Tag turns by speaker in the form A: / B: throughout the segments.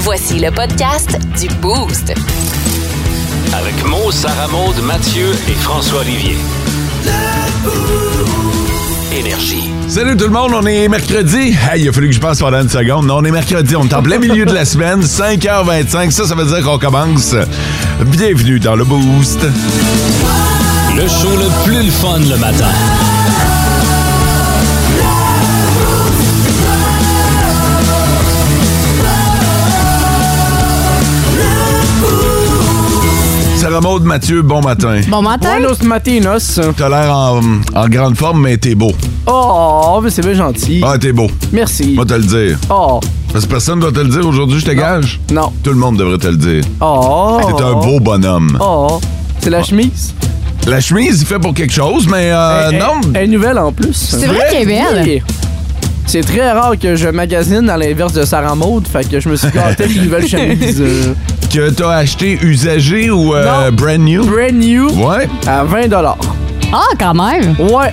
A: Voici le podcast du Boost.
B: Avec Mo, Sarah Maud, Mathieu et François Olivier. Énergie.
C: Salut tout le monde, on est mercredi. Hey, il a fallu que je passe pendant une seconde. Non, on est mercredi, on est en plein milieu de la semaine, 5h25. Ça, ça veut dire qu'on commence. Bienvenue dans le Boost.
B: Le show le plus le fun le matin.
C: Sarah Maud, Mathieu, bon matin.
D: Bon matin.
E: Buenos matinos.
C: T'as l'air en, en grande forme, mais t'es beau.
E: Oh, mais c'est bien gentil.
C: Ah, t'es beau.
E: Merci.
C: Moi, te le dire.
E: Oh,
C: Parce que personne doit te le dire aujourd'hui, je te gage.
E: non.
C: Tout le monde devrait te le dire.
E: Oh.
C: Ah, T'es un beau bonhomme.
E: Oh, c'est la chemise.
C: La chemise, il fait pour quelque chose, mais euh,
E: Elle-
C: non.
E: Elle est nouvelle en plus. C'est
D: vrai qu'elle est belle.
E: C'est très rare que je magasine à l'inverse de Sarah Maud, fait que je me suis gâté d'une nouvelle chemise. euh,
C: Que t'as acheté usagé ou euh,
E: Non.
C: brand new?
E: brand new
C: Ouais,
E: à 20
D: Ah, quand même.
E: Ouais.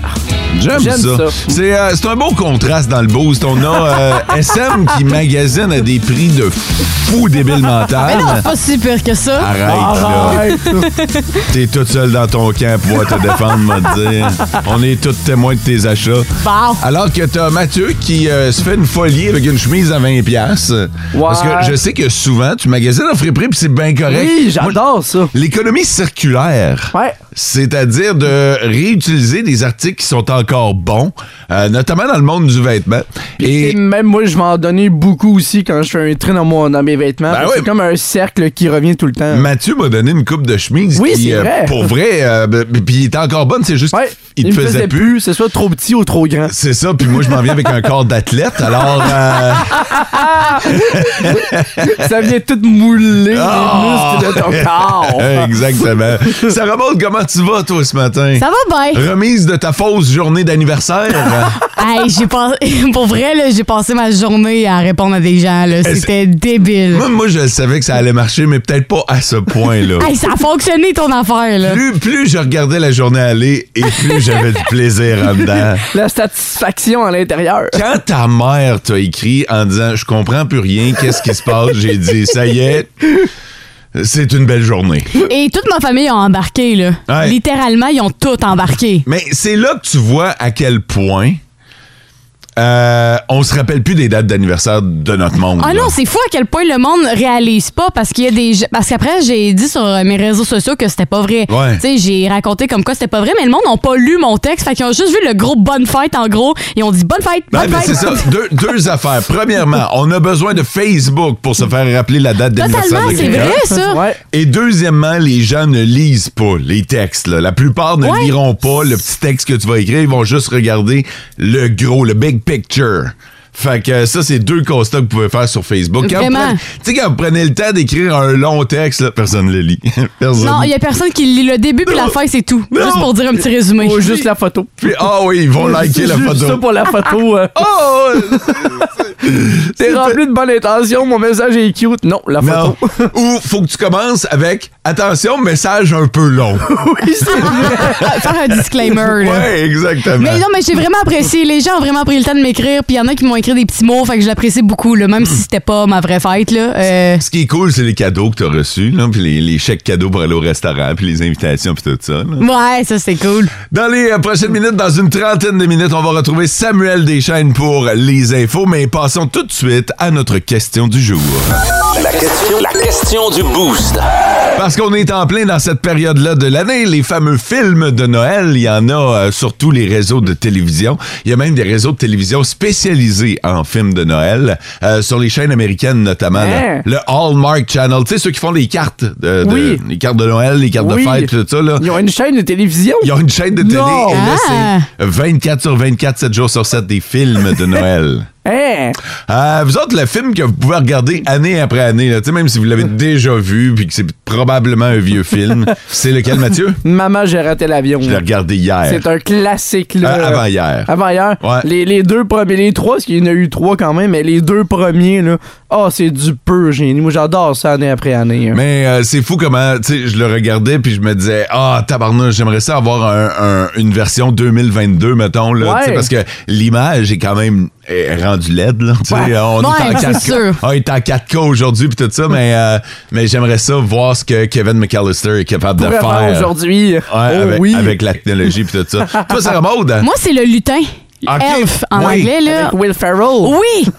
C: j'aime ça.
E: J'aime ça.
C: C'est euh, c'est un beau contraste dans le boost. On a euh, SM qui magasine à des prix de fou débile mental.
D: Non, c'est pas si pire que ça.
C: Ah, ben. Arrête, là.
E: Arrête.
C: T'es toute seule dans ton camp pour pouvoir te défendre, m'a dire. On est tous témoins de tes achats.
D: Bon.
C: Alors que t'as Mathieu qui euh, se fait une folie avec une chemise à 20$. piastres. Parce que je sais que souvent, tu magasines en friperie puis c'est bien correct.
E: oui,
C: Moi,
E: j'adore ça.
C: L'économie circulaire.
E: Ouais.
C: C'est-à-dire de réutiliser des articles qui sont encore bons, euh, notamment dans le monde du vêtement.
E: Et
C: Et
E: même moi, je vais en donner beaucoup aussi quand je fais un train dans, mon, dans mes vêtements.
C: Ben
E: parce que
C: oui.
E: C'est comme un cercle qui revient tout le temps.
C: Mathieu m'a donné une coupe de chemise
E: Oui,
C: qui,
E: c'est vrai.
C: pour vrai, euh, ben, puis il était encore bonne, c'est juste
E: Ouais.
C: qu'il te
E: me
C: faisait plus.
E: c'est soit trop petit ou trop grand.
C: C'est ça, puis moi je m'en viens avec un corps d'athlète, alors... euh,
E: ça vient tout mouler
C: Ah!
E: les muscles de ton corps.
C: euh, Exactement. Ça remonte, comment tu vas toi ce matin?
D: Ça va bien.
C: Remise de ta fausse journée d'anniversaire?
D: Hey, j'ai pas... Pour vrai, là, j'ai passé ma journée à répondre à des gens. là.
C: c'est-
D: C'était débile.
C: moi, moi, je savais que ça allait marcher, mais peut-être pas à ce point-là.
D: Hey, ça a fonctionné ton affaire, là.
C: Plus, plus je regardais la journée aller et plus j'avais du plaisir en dedans.
E: La satisfaction à l'intérieur.
C: Quand ta mère t'a écrit en disant Je comprends plus rien, qu'est-ce qui se passe? J'ai dit Ça y est, c'est une belle journée.
D: Et toute ma famille a embarqué, là.
C: Ouais.
D: Littéralement, ils ont tout embarqué.
C: Mais c'est là que tu vois à quel point euh, on se rappelle plus des dates d'anniversaire de notre monde.
D: Ah
C: là.
D: non, c'est fou à quel point le monde réalise pas parce qu'il y a des gens- parce qu'après j'ai dit sur euh, mes réseaux sociaux que c'était pas vrai.
C: Ouais.
D: Tu sais, j'ai raconté comme quoi c'était pas vrai, mais le monde n'a pas lu mon texte, fait qu'ils ont juste vu le gros bonne fête en gros, ils ont dit bonne fête,
C: Ouais,
D: bonne
C: mais
D: fête.
C: Ben, c'est ça. Deux, deux affaires. Premièrement, on a besoin de Facebook pour se faire rappeler la date d'anniversaire.
D: Totalement,
C: de
D: c'est
C: quelqu'un.
D: vrai ça.
E: Ouais.
C: Et deuxièmement, les gens ne lisent pas les textes. là. La plupart ne
D: Ouais.
C: liront pas le petit texte que tu vas écrire. Ils vont juste regarder le gros, le big picture. Fait que ça, c'est deux constats que vous pouvez faire sur Facebook. Quand vous
D: Vraiment.
C: prenez- Tu sais, quand vous prenez le temps d'écrire un long texte, là, personne ne le lit. Personne.
D: Non, il y a personne qui lit le début puis la fin, c'est tout.
C: Non.
D: Juste pour dire un petit résumé.
E: Ou juste la photo.
C: Puis, ah oui, ils vont liker la
E: Juste ça
C: photo.
E: pour la photo. euh,
C: Oh!
E: T'es rempli de bonnes intentions, mon message est cute. Non, la
C: Non.
E: photo.
C: Ou faut que tu commences avec attention, message un peu long.
E: Oui, c'est vrai.
D: Faire un disclaimer. là.
C: ouais, exactement.
D: Mais non, mais j'ai vraiment apprécié. Les gens ont vraiment pris le temps de m'écrire, puis il y en a qui m'ont écrit des petits mots, fait que je l'apprécie beaucoup, là,
C: Mm.
D: même si c'était pas ma vraie fête. Là. Euh,
C: Ce qui est cool, c'est les cadeaux que t'as reçus, là, puis les, les chèques cadeaux pour aller au restaurant, puis les invitations, puis tout ça. là.
D: ouais, ça c'est cool.
C: Dans les euh, prochaines minutes, dans une trentaine de minutes, on va retrouver Samuel Deschaines pour les infos, mais passons tout de suite à notre question du jour.
B: La question, la question du boost.
C: Parce qu'on est en plein dans cette période-là de l'année, les fameux films de Noël, il y en a euh, sur tous les réseaux de télévision. Il y a même des réseaux de télévision spécialisés en films de Noël, euh, sur les chaînes américaines notamment. là.
E: Hein?
C: Le Hallmark Channel, tu sais, ceux qui font les cartes, de, de-
E: Oui.
C: les cartes de Noël, les cartes
E: Oui.
C: de fête, tout ça. Là.
E: Ils ont une chaîne de télévision.
C: Ils ont une chaîne de télé
E: Non.
C: et là,
D: Ah.
C: c'est 24 sur 24, 7 jours sur 7 des films de Noël.
E: Hein?
C: Euh, vous autres, le film que vous pouvez regarder année après année, là, tu sais, même si vous l'avez
E: Mm.
C: déjà vu puis que c'est probablement un vieux film, c'est lequel, Mathieu?
E: Maman, j'ai raté l'avion.
C: Je l'ai regardé hier.
E: Mm. C'est un classique,
C: Euh,
E: là.
C: avant hier.
E: Avant hier,
C: Ouais.
E: les, les deux premiers, les trois, parce qu'il y en a eu trois quand même, mais les deux premiers, là, oh, c'est du peu génie. Moi, j'adore ça année après année. hein.
C: Mais euh, c'est fou comment, tu sais, je le regardais puis je me disais, ah, tabarnouche, j'aimerais ça avoir un- un- une version 2022, mettons, là, tu sais,
E: Ouais.
C: parce que l'image est quand même est rendu laide, là. Tu sais,
D: Ouais.
C: on est en
D: Ouais, c'est
C: 4K.
D: sûr.
C: On est en 4K aujourd'hui, puis tout ça, mais, euh, mais j'aimerais ça voir ce que Kevin McAllister est capable de
E: Pourrait
C: faire.
E: faire aujourd'hui. Oh
C: Ouais, avec, avec la technologie, puis tout ça. Toi, Sarah Maud? hein?
D: Moi, c'est le lutin.
C: Ok,
D: Elf, en
C: oui.
D: anglais, là.
E: Avec Will Ferrell.
D: Oui!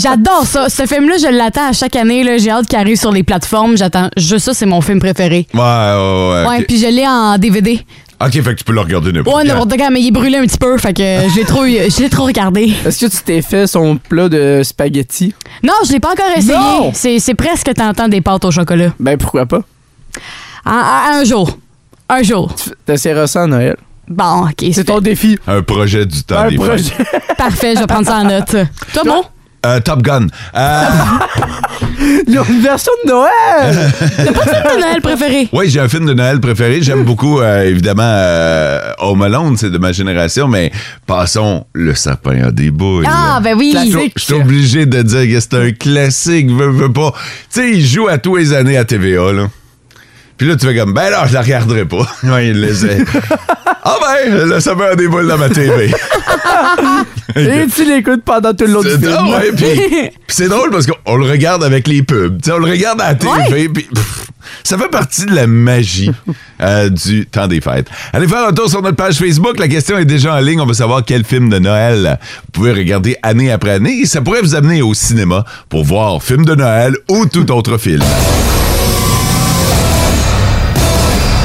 D: J'adore ça. Ce film-là, je l'attends à chaque année. là. J'ai hâte qu'il arrive sur les plateformes. J'attends juste ça, c'est mon film préféré.
C: Ouais, ouais, ouais.
D: Ouais,
C: ok.
D: puis je l'ai en DVD.
C: OK, fait que tu peux le regarder n'importe
D: Ouais,
C: quand.
D: n'importe quand, mais il est brûlé un petit peu, fait que je l'ai trop, je l'ai trop regardé.
E: Est-ce que tu t'es fait son plat de spaghetti?
D: Non, je l'ai pas encore essayé.
E: Non!
D: C'est c'est presque tentant des pâtes au chocolat.
E: Ben pourquoi pas?
D: Un- un- un jour. Un jour.
E: Tu- T'essaieras ça à Noël.
D: Bon, OK.
E: C'est ton défi.
C: Un projet du temps
E: Un
C: des fêtes.
E: projet.
D: Parfait, je vais prendre ça en note. Toi, bon?
C: Euh, Top Gun. Euh,
E: Il y a une version de Noël!
D: Ton Noël préféré?
C: oui, j'ai un film de Noël préféré. J'aime beaucoup, euh, évidemment, euh, Home Alone, c'est de ma génération, mais passons le sapin à des boules.
D: Ah, ben oui.
E: Classique.
C: Je suis obligé de dire que c'est un classique, veux, veux pas. Tu sais, il joue à tous les années à TVA, là. Puis là, tu fais comme, ben là, je la regarderai pas. Ouais, il laissait. ah ben, le sapin à des boules dans ma TV.
E: Et tu l'écoutes pendant tout le long du
C: C'est- ah
E: film.
C: ouais, puis- puis c'est drôle parce qu'on le regarde avec les pubs. Tu sais, on le regarde à la TV. puis pff, ça fait partie de la magie euh, du temps des fêtes. Allez faire un tour sur notre page Facebook. La question est déjà en ligne. On veut savoir quel film de Noël vous pouvez regarder année après année. Et ça pourrait vous amener au cinéma pour voir film de Noël ou tout autre film.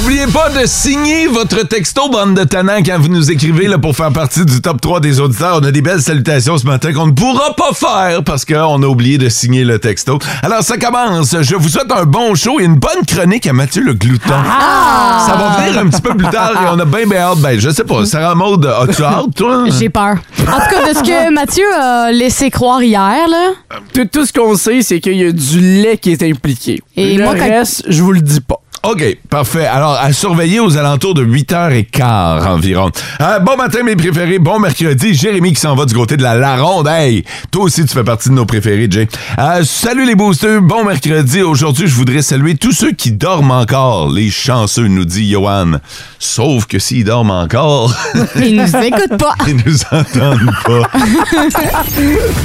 C: Oubliez pas de signer votre texto, bande de tannants, quand vous nous écrivez là, pour faire partie du top 3 des auditeurs. On a des belles salutations ce matin qu'on ne pourra pas faire parce qu'on a oublié de signer le texto. Alors, ça commence. Je vous souhaite un bon show et une bonne chronique à Mathieu le Glouton.
D: Ah!
C: Ça va venir un petit peu plus tard et on a bien, bien hâte. Ben, je sais pas. Sarah Maud, as-tu hâte, toi?
D: J'ai peur. En tout cas, de ce que Mathieu a laissé croire hier, là.
E: Tout, tout ce qu'on sait, c'est qu'il y a du lait qui est impliqué.
D: Et
E: le
D: moi, quand-
E: reste, je vous le dis pas.
C: OK, parfait. Alors, à surveiller aux alentours de 8h15 environ. Euh, bon matin, mes préférés. Bon mercredi. Jérémy qui s'en va du côté de la Laronde. Hey, toi aussi, tu fais partie de nos préférés, Jay. Euh, salut les boosters. Bon mercredi. Aujourd'hui, je voudrais saluer tous ceux qui dorment encore. Les chanceux, nous dit Johan. Sauf que s'ils dorment encore,
D: Il nous écoute pas.
C: ils nous entendent pas.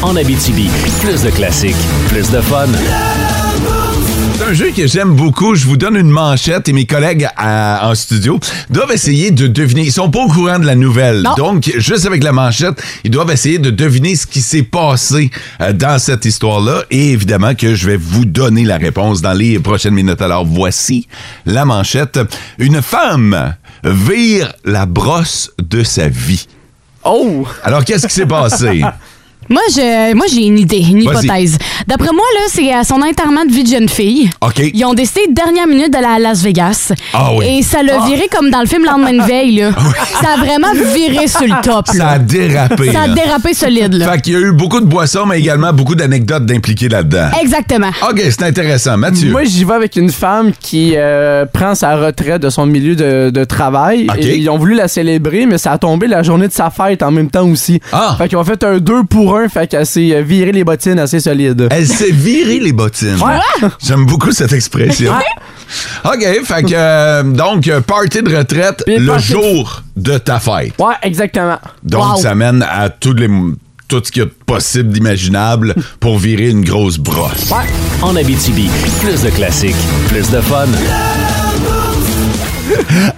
B: En Abitibi, plus de classiques, plus de fun.
C: C'est un jeu que j'aime beaucoup. Je vous donne une manchette et mes collègues à- en studio doivent essayer de deviner. Ils sont pas au courant de la nouvelle.
D: Non.
C: Donc, juste avec la manchette, ils doivent essayer de deviner ce qui s'est passé euh, dans cette histoire-là. Et évidemment que je vais vous donner la réponse dans les prochaines minutes. Alors, voici la manchette. Une femme vire la brosse de sa vie.
E: Oh!
C: Alors, qu'est-ce qui s'est passé?
D: Moi, je, moi, j'ai une idée, une
C: Vas-y.
D: hypothèse. D'après moi, là, c'est à son enterrement de vie de jeune fille.
C: OK.
D: Ils ont décidé, dernière minute, d'aller à Las Vegas.
C: Ah oui.
D: Et ça l'a viré comme dans le film Lendemain de veille, là. Ça a vraiment viré sur le top,
C: Ça
D: là.
C: a dérapé.
D: Ça a
C: là.
D: dérapé solide, là.
C: Fait qu'il y a eu beaucoup de boissons, mais également beaucoup d'anecdotes d'impliqués là-dedans.
D: Exactement.
C: OK, c'est intéressant. Mathieu.
E: Moi, j'y vais avec une femme qui euh, prend sa retraite de son milieu de, de travail.
C: Ok.
E: Et ils ont voulu la célébrer, mais ça a tombé la journée de sa fête en même temps aussi.
C: Ah.
E: Fait qu'ils ont fait un 2 pour 1, fait qu'elle s'est euh, viré les bottines assez solides.
C: Elle s'est virée les bottines. J'aime beaucoup cette expression. OK, fait que, euh, donc, euh, party de retraite
E: Puis
C: le
E: party de-
C: jour de ta fête.
E: Ouais, exactement.
C: Donc,
D: Wow.
C: ça mène à tous les, tout ce qu'il y a de possible, d'imaginable pour virer une grosse brosse.
B: En Abitibi, plus de classiques, plus de fun.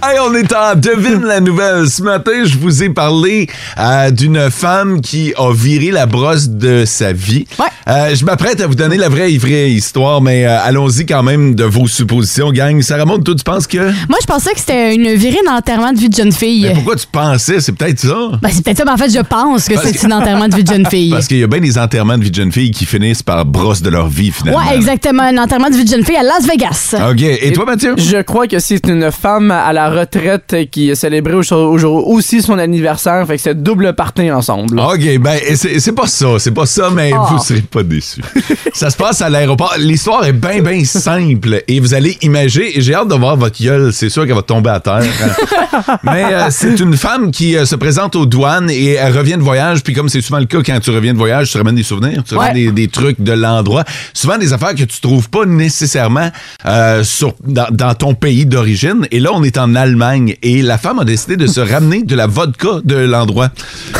C: Hey, on est en devine la nouvelle. Ce matin, je vous ai parlé euh, d'une femme qui a viré la brosse de sa vie.
D: Ouais.
C: Euh, je m'apprête à vous donner la vraie et vraie histoire, mais euh, allons-y quand même de vos suppositions, gang. Ça remonte, toi, tu penses que...
D: Moi, je pensais que c'était une virée d'enterrement de vie de jeune fille.
C: Mais pourquoi tu pensais? C'est peut-être ça.
D: Ben, c'est peut-être ça, mais en fait, je pense que
C: Parce
D: c'est
C: que-
D: un enterrement de vie de jeune fille.
C: Parce qu'il y a bien des enterrements de vie de jeune fille qui finissent par brosse de leur vie, finalement. Ah.
D: Ouais, exactement. Un enterrement de vie de jeune fille à Las Vegas.
C: OK. Et toi, Mathieu?
E: Je crois que c'est une femme à la retraite qui a célébré au- au- aussi son anniversaire, fait que c'est double party ensemble.
C: OK, ben, et c'est c'est pas ça, c'est pas ça, mais vous serez pas déçus. ça se passe à l'aéroport. L'histoire est bien, bien simple et vous allez imager, et j'ai hâte de voir votre gueule, c'est sûr qu'elle va tomber à terre. mais euh, c'est une femme qui euh, se présente aux douanes et elle revient de voyage, puis comme c'est souvent le cas quand tu reviens de voyage, tu ramènes des souvenirs, tu ramènes des, des trucs de l'endroit, souvent des affaires que tu trouves pas nécessairement euh, sur, dans, dans ton pays d'origine. Et là, là, on est en Allemagne et la femme a décidé de se ramener de la vodka de l'endroit.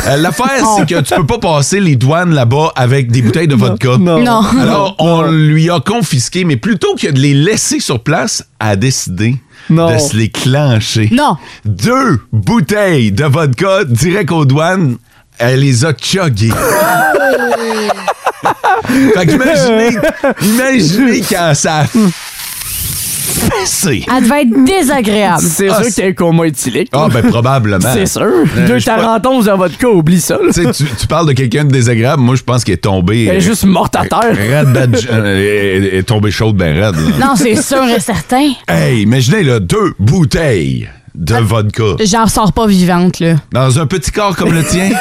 C: Euh, L'affaire, c'est que tu peux pas passer les douanes là-bas avec des bouteilles de vodka.
E: non.
D: Non.
C: Alors, on lui a confisqué, mais plutôt que de les laisser sur place, a décidé
E: Non.
C: de se les clencher.
D: Non.
C: Deux bouteilles de vodka direct aux douanes, elle les a chuggées. fait qu'imaginez, imaginez quand ça a fessé.
D: Elle devait être désagréable.
E: C'est
C: Ah,
E: sûr
C: c'est-
E: qu'il y a un coma éthylique.
C: Ah, ben probablement.
E: C'est sûr. Deux
C: je sais pas.
E: tarentoses dans votre cas, oublie ça. là.
C: Tu sais, tu, tu parles de quelqu'un de désagréable, moi je pense qu'il est tombé.
E: Elle est juste morte à terre.
C: raide, ben, euh, elle est tombée chaude, ben raide. là.
D: Non, c'est sûr et certain.
C: Hey, imaginez, là, deux bouteilles de
E: Ah.
C: vodka
D: J'en ressors pas vivante, là.
C: dans un petit corps comme le tien?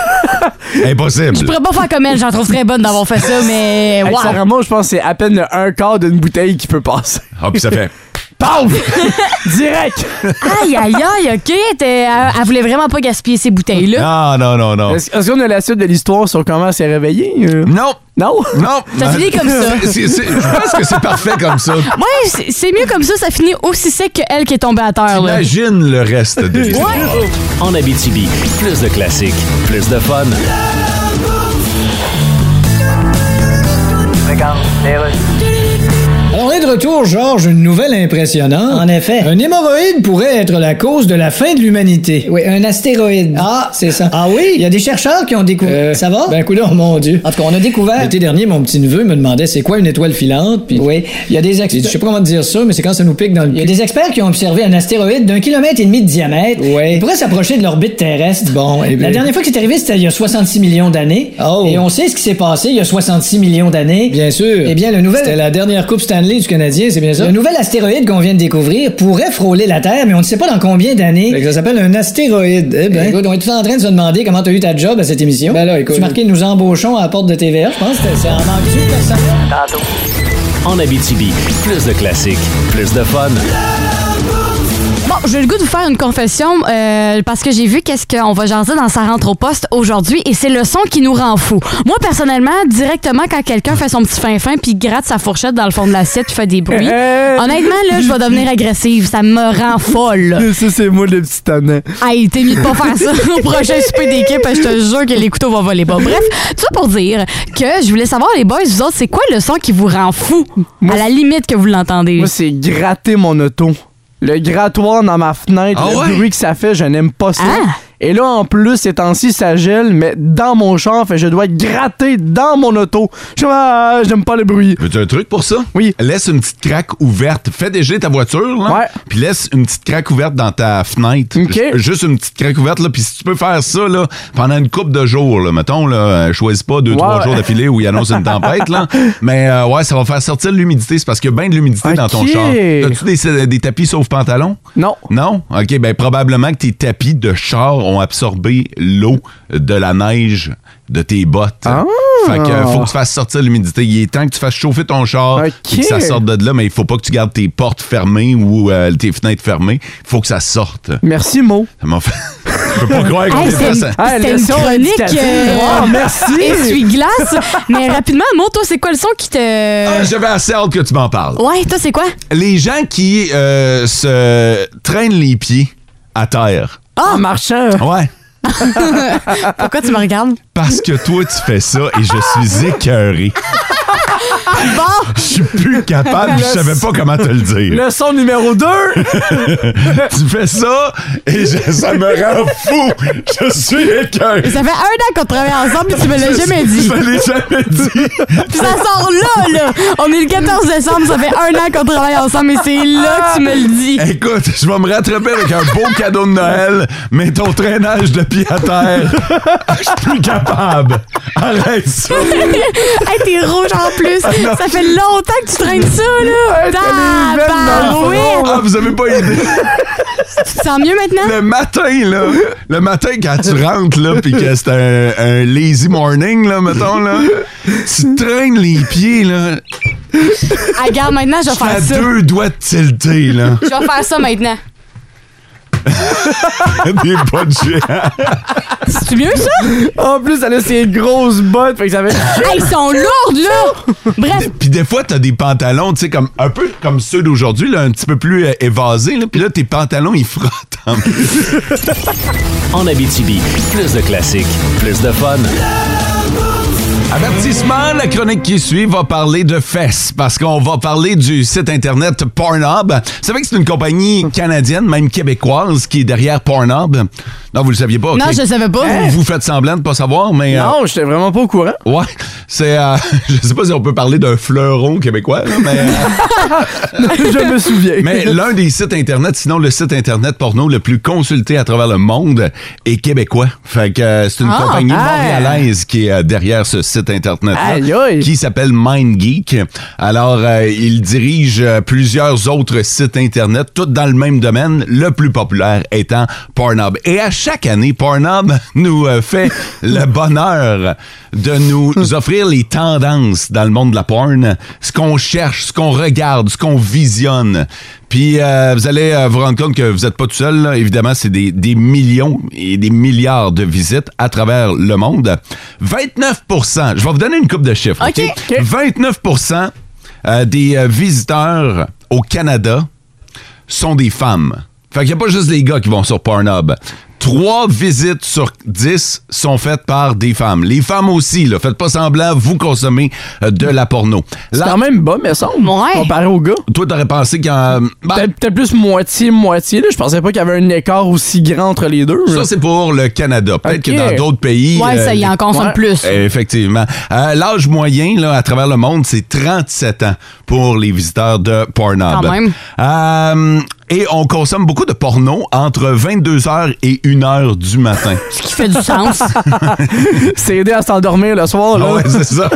D: Je
C: Impossible.
D: pourrais pas faire comme elle, j'en trouve très bonne d'avoir fait ça, mais.
E: Hey,
D: Wow.
E: Sarah-Maud, je pense que c'est à peine le un quart d'une bouteille qui peut passer.
C: Ah, puis ça fait...
E: Paf! Direct!
D: Aïe, aïe, aïe, OK. t'es- Elle, elle voulait vraiment pas gaspiller ces bouteilles-là.
C: Non, Ah, non, non, non.
E: Est-ce est-ce qu'on a la suite de l'histoire sur comment elle s'est réveillée? euh?
C: Non,
E: Non?
C: non.
D: Ça finit comme ça.
C: C'est- c'est- c'est- je pense que c'est parfait comme ça.
D: Ouais, c'est c'est mieux comme ça, ça finit aussi sec que elle qui est tombée à terre, là.
C: Imagine le reste de l'histoire.
B: En Abitibi, plus de classiques, plus de fun.
F: On est de retour, Georges, une nouvelle impressionnante. En effet. Un hémorroïde pourrait être la cause de la fin de l'humanité. Oui, un astéroïde. Ah, c'est ça. Ah oui? Il y a des chercheurs qui ont découvert. ça va? Ben, coudons, mon Dieu. En tout cas, on a découvert. L'été dernier, mon petit-neveu me demandait c'est quoi une étoile filante. Oui, il y a des experts. Je sais pas comment te dire ça, mais c'est quand ça nous pique dans le Il y a des experts qui ont observé un astéroïde d'un kilomètre et demi de diamètre. Oui. Il pourrait s'approcher de l'orbite terrestre. Bon, et La dernière fois que c'est arrivé, c'était il y a 66 millions d'années. Oh. Et on sait ce qui s'est passé il y a 66 millions d'années. Bien sûr. Eh bien, le nouvel. C'était la dernière Coupe Stanley du Canadien, c'est bien ça. Le nouvel astéroïde qu'on vient de découvrir pourrait frôler la Terre, mais on ne sait pas dans combien d'années. Ça s'appelle un astéroïde. Eh ben. Écoute, on est tous en train de se demander comment t'as eu ta job à cette émission. Ben là, écoute. Tu marquais nous embauchons à la porte de TVA, je pense. que C'est en manque-tu, personne?
B: En Abitibi, plus de classiques, plus de fun.
D: Bon, j'ai le goût de vous faire une confession euh, parce que j'ai vu qu'est-ce qu'on va jaser dans sa rentre au poste aujourd'hui et c'est le son qui nous rend fou. Moi, personnellement, directement, quand quelqu'un fait son petit fin-fin puis gratte sa fourchette dans le fond de l'assiette puis fait des bruits,
E: Euh,
D: honnêtement, là, je vais devenir agressive. Ça me rend folle.
E: Ça, c'est moi le petit tannant.
D: Hey, t'es mis de pas faire ça au prochain souper d'équipe. Je te jure que les couteaux vont voler bas. Bref, tout ça pour dire que je voulais savoir, les boys, vous autres, c'est quoi le son qui vous rend fou à la limite que vous l'entendez?
E: Moi, c'est gratter mon auto. Le grattoir dans ma fenêtre,
C: Ah
E: le
C: ouais?
E: bruit que ça fait, je n'aime pas ça.
D: Ah!
E: Et là, en plus, ces temps-ci, ça gèle, mais dans mon champ, fait, je dois gratter dans mon auto. Je ah, j'aime pas le bruit.
C: Veux-tu un truc pour ça?
E: Oui.
C: Laisse une petite craque ouverte. Fais dégeler ta voiture, là.
E: Ouais.
C: Puis laisse une petite craque ouverte dans ta fenêtre.
E: OK.
C: Ju- Juste une petite craque ouverte, là. Puis si tu peux faire ça, là, pendant une couple de jours, là, mettons, là, euh, choisis pas deux,
E: Ouais,
C: trois
E: ouais.
C: jours d'affilée où il annonce une tempête, là. Mais euh, ouais, ça va faire sortir de l'humidité. C'est parce qu'il y a bien de l'humidité dans ton
E: OK.
C: char. As-tu des, des tapis sauf pantalon?
E: Non.
C: Non? OK, ben probablement que tes tapis de char ont absorbé l'eau de la neige de tes bottes.
D: Ah!
C: Fait que euh, faut que tu fasses sortir l'humidité. Il est temps que tu fasses chauffer ton char
E: OK.
C: puis que ça sorte de là, mais il faut pas que tu gardes tes portes fermées ou euh, tes fenêtres fermées. Il faut que ça sorte.
E: Merci, Mo.
C: Ça m'a fait... Je peux pas croire qu'on
D: Hey,
C: est
D: c'est-
C: face à-
E: Ah,
D: C'était une
E: leçon
D: chronique.
E: éducative.
D: euh,
E: Oh, merci.
D: Essuie-glace. Mais rapidement, Mo, toi, c'est quoi le son qui
C: Ah,
D: te.
C: J'avais assez hâte que tu m'en parles.
D: Ouais, toi, c'est quoi?
C: Les gens qui euh, se traînent les pieds à terre.
E: En
D: Euh.
E: marchant.
C: Ouais.
D: Ah, Pourquoi tu me regardes?
C: Parce que toi, tu fais ça et je suis écœuré.
D: Bon!
C: Je suis plus capable, je savais pas comment te le dire.
E: Leçon numéro 2.
C: Tu fais ça et je- ça me rend fou. Je suis écœuré.
D: Ça fait un an qu'on travaille ensemble et tu me l'as jamais
C: Je
D: dit.
C: te l'ai jamais dit.
D: Puis ça sort là, là! On est le 14 décembre, ça fait un an qu'on travaille ensemble et c'est là que tu me le dis.
C: Écoute, je vais me rattraper avec un beau cadeau de Noël, mais ton traînage de pied à terre, Ah, je suis plus capable. Arrête ça.
D: Hey, t'es rouge en plus! Ça fait longtemps que tu traînes ça, là!
E: t'as les veines dans le
D: Tabarouette!
C: Ah, vous avez pas idée.
D: Tu te sens mieux maintenant?
C: Le matin, là, le matin quand tu rentres, là, puis que c'est un, un lazy morning, là, mettons, là, tu traînes les pieds, là,
D: Ah, regarde, maintenant, je vais
C: à
D: faire ça.
C: deux doigts de tilter, là.
D: Je vais faire ça maintenant.
C: Des bottes géantes.
D: C'est mieux ça?
E: En plus, elle a ses grosses bottes, fait que ça fait.
D: Hey, ils sont lourdes là! Bref,
C: Puis des fois, t'as des pantalons, tu sais, comme un peu comme ceux d'aujourd'hui, là, un petit peu plus euh, évasés. Là. Puis là, tes pantalons, ils frottent. en plus.
B: En Abitibi, plus de classiques, plus de fun.
C: Avertissement, la chronique qui suit va parler de fesses parce qu'on va parler du site internet Pornhub. C'est vrai que c'est une compagnie canadienne, même québécoise, qui est derrière Pornhub. Non, vous le saviez pas. ok.
D: Non, je le savais pas.
C: Vous- Vous faites semblant de pas savoir, mais euh,
E: Non, j'étais vraiment pas au courant.
C: ouais, c'est euh, je sais pas si on peut parler d'un fleuron québécois, là, mais euh,
E: je me souviens.
C: Mais l'un des sites Internet, sinon le site Internet porno le plus consulté à travers le monde est québécois. Fait que euh, c'est une
D: Ah,
C: compagnie
E: hey.
C: montréalaise qui est euh, derrière ce site Internet
E: Aïe, aïe.
C: qui s'appelle MindGeek. Alors, euh, il dirige euh, plusieurs autres sites Internet, tous dans le même domaine, le plus populaire étant Pornhub. Et à chaque année, Pornhub nous euh, fait le bonheur de nous offrir les tendances dans le monde de la porn, ce qu'on cherche, ce qu'on regarde, ce qu'on visionne. Puis euh, vous allez euh, vous rendre compte que vous n'êtes pas tout seul. là. Évidemment, c'est des, des millions et des milliards de visites à travers le monde. 29 Je vais vous donner une coupe de chiffres. OK?
D: OK.
E: OK.
C: 29 euh, des euh, visiteurs au Canada sont des femmes. Fait qu'il n'y a pas juste les gars qui vont sur Pornhub. Trois visites sur dix sont faites par des femmes. Les femmes aussi, là. Faites pas semblant, vous consommez euh, de la porno.
E: C'est
C: Là,
E: quand même bas, mais ça,
D: Ouais.
E: comparé au gars.
C: toi, t'aurais pensé qu'en... bah,
E: Peut-être peut-être plus moitié-moitié, là. Je pensais pas qu'il y avait un écart aussi grand entre les deux. là.
C: Ça, c'est pour le Canada. Peut-être
E: Ok.
C: que dans d'autres pays.
D: ouais,
C: euh,
D: ça y en consomme
E: ouais.
D: plus.
C: Effectivement. Euh, L'âge moyen là, à travers le monde, c'est 37 ans pour les visiteurs de Pornhub.
D: Quand même.
C: Euh, et on consomme beaucoup de porno entre 22h et 1h du matin.
D: Ce qui fait du sens.
E: C'est aidé à s'endormir le soir, là.
C: Ah ouais, c'est ça.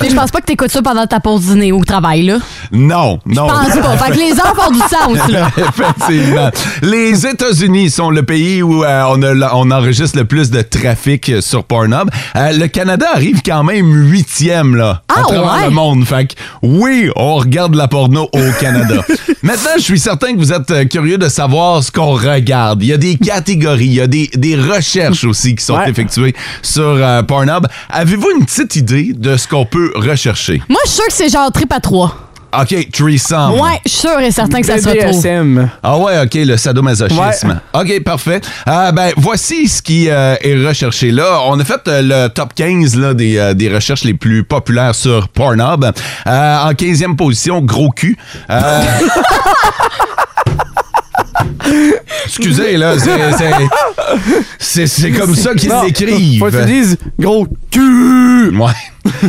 D: Mais je pense pas que t'écoutes ça pendant ta pause dîner au travail là.
C: Non, non.
D: Pense pas. Fait que les heures font du sens là.
C: Effectivement. Les États-Unis sont le pays où euh, on, a- on enregistre le plus de trafic euh, sur Pornhub. Euh, le Canada arrive quand même huitième là, à
D: Ah,
C: travers
D: ouais?
C: le monde. Fait que, oui, on regarde la porno au Canada. Maintenant, je suis certain que vous êtes euh, curieux de savoir ce qu'on regarde. Il y a des catégories, il y a des, des recherches aussi qui sont
E: Ouais.
C: effectuées sur euh, Pornhub. Avez-vous une petite idée de ce qu'on peut rechercher?
D: Moi, je suis sûr que c'est genre trip à trois.
C: OK, threesome.
D: Ouais, je suis sûr et certain que ça se retrouve.
E: BDSM.
C: Ah ouais, OK, le sadomasochisme. OK, parfait. Ah ben, voici ce qui euh, est recherché là. On a fait euh, le top 15 là, des, euh, des recherches les plus populaires sur Pornhub. Euh, en 15e position, gros cul. Euh, Excusez, là, c'est- c'est- c'est c'est comme ça qu'ils
E: Non,
C: l'écrivent.
E: Faut que tu dises gros cul.
C: Ouais.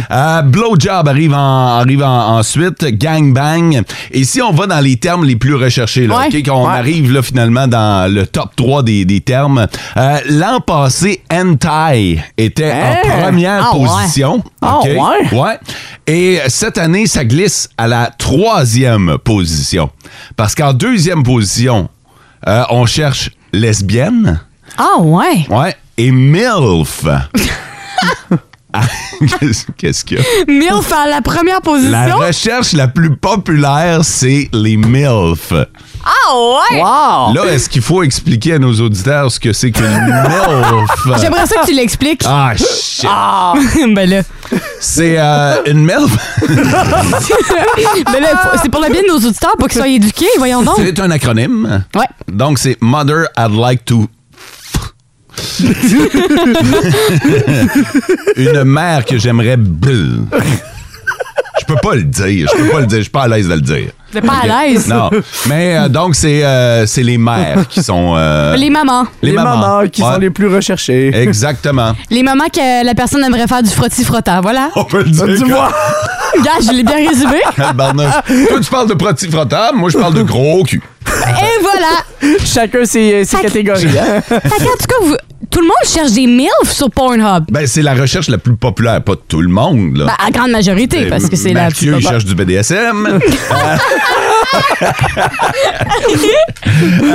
C: Euh, blowjob arrive, en, arrive en- ensuite, gangbang. Et si on va dans les termes les plus recherchés, là,
D: Ouais.
C: OK, qu'on
E: Ouais.
C: arrive là, finalement dans le top 3 des, des termes, euh, l'an passé, hentai était en
E: Hein?
C: première
D: Ah ouais.
C: position.
E: Ah
C: OK?
E: ouais?
C: Ouais. Et cette année, ça glisse à la troisième position. Parce qu'en deuxième position, euh, on cherche lesbienne.
D: Ah ouais.
C: Ouais. Et MILF. Ah, qu'est-ce- Qu'est-ce qu'il y a?
D: Milf à la
C: La
D: première position.
C: recherche la plus populaire, c'est les MILF.
D: Ah ouais.
E: Wow.
C: Là, est-ce qu'il faut expliquer à nos auditeurs ce que c'est qu'une MILF?
D: J'aimerais ça que tu l'expliques.
C: Ah, shit!
D: ben là.
C: C'est euh, une MILF?
D: Ben là, faut- c'est pour le bien de nos auditeurs, pour qu'ils soient éduqués, voyons donc.
C: C'est un acronyme.
D: Ouais.
C: Donc, c'est Mother I'd Like to. Une mère que j'aimerais. bl- Je peux pas le dire. Je peux pas le dire. Je suis pas à l'aise de le dire.
D: T'es pas
C: Ok.
D: à l'aise.
C: Non. Mais euh, donc, c'est euh, c'est les mères qui sont. euh,
D: Les mamans.
E: Les, mamans qui
C: Ouais.
E: sont les plus recherchées.
C: Exactement.
D: Les mamans que la personne aimerait faire du frotti-frottant, voilà.
C: On peut le dire.
E: Tu
C: comme-
E: vois?
D: Gars, je l'ai bien résumé.
C: Tabarnak. Toi, tu parles de petit frottable, moi, je parle de gros cul.
D: Et voilà.
E: Chacun ses, ses
D: Fait que-
E: catégories. hein.
D: Fait qu'en tout cas, vous- tout le monde cherche des MILF sur Pornhub.
C: Ben, c'est la recherche la plus populaire, pas de tout le monde, là. Euh,
D: Ben, à grande majorité, parce que c'est la
C: Mathieu,
D: plus
C: il cherche du BDSM.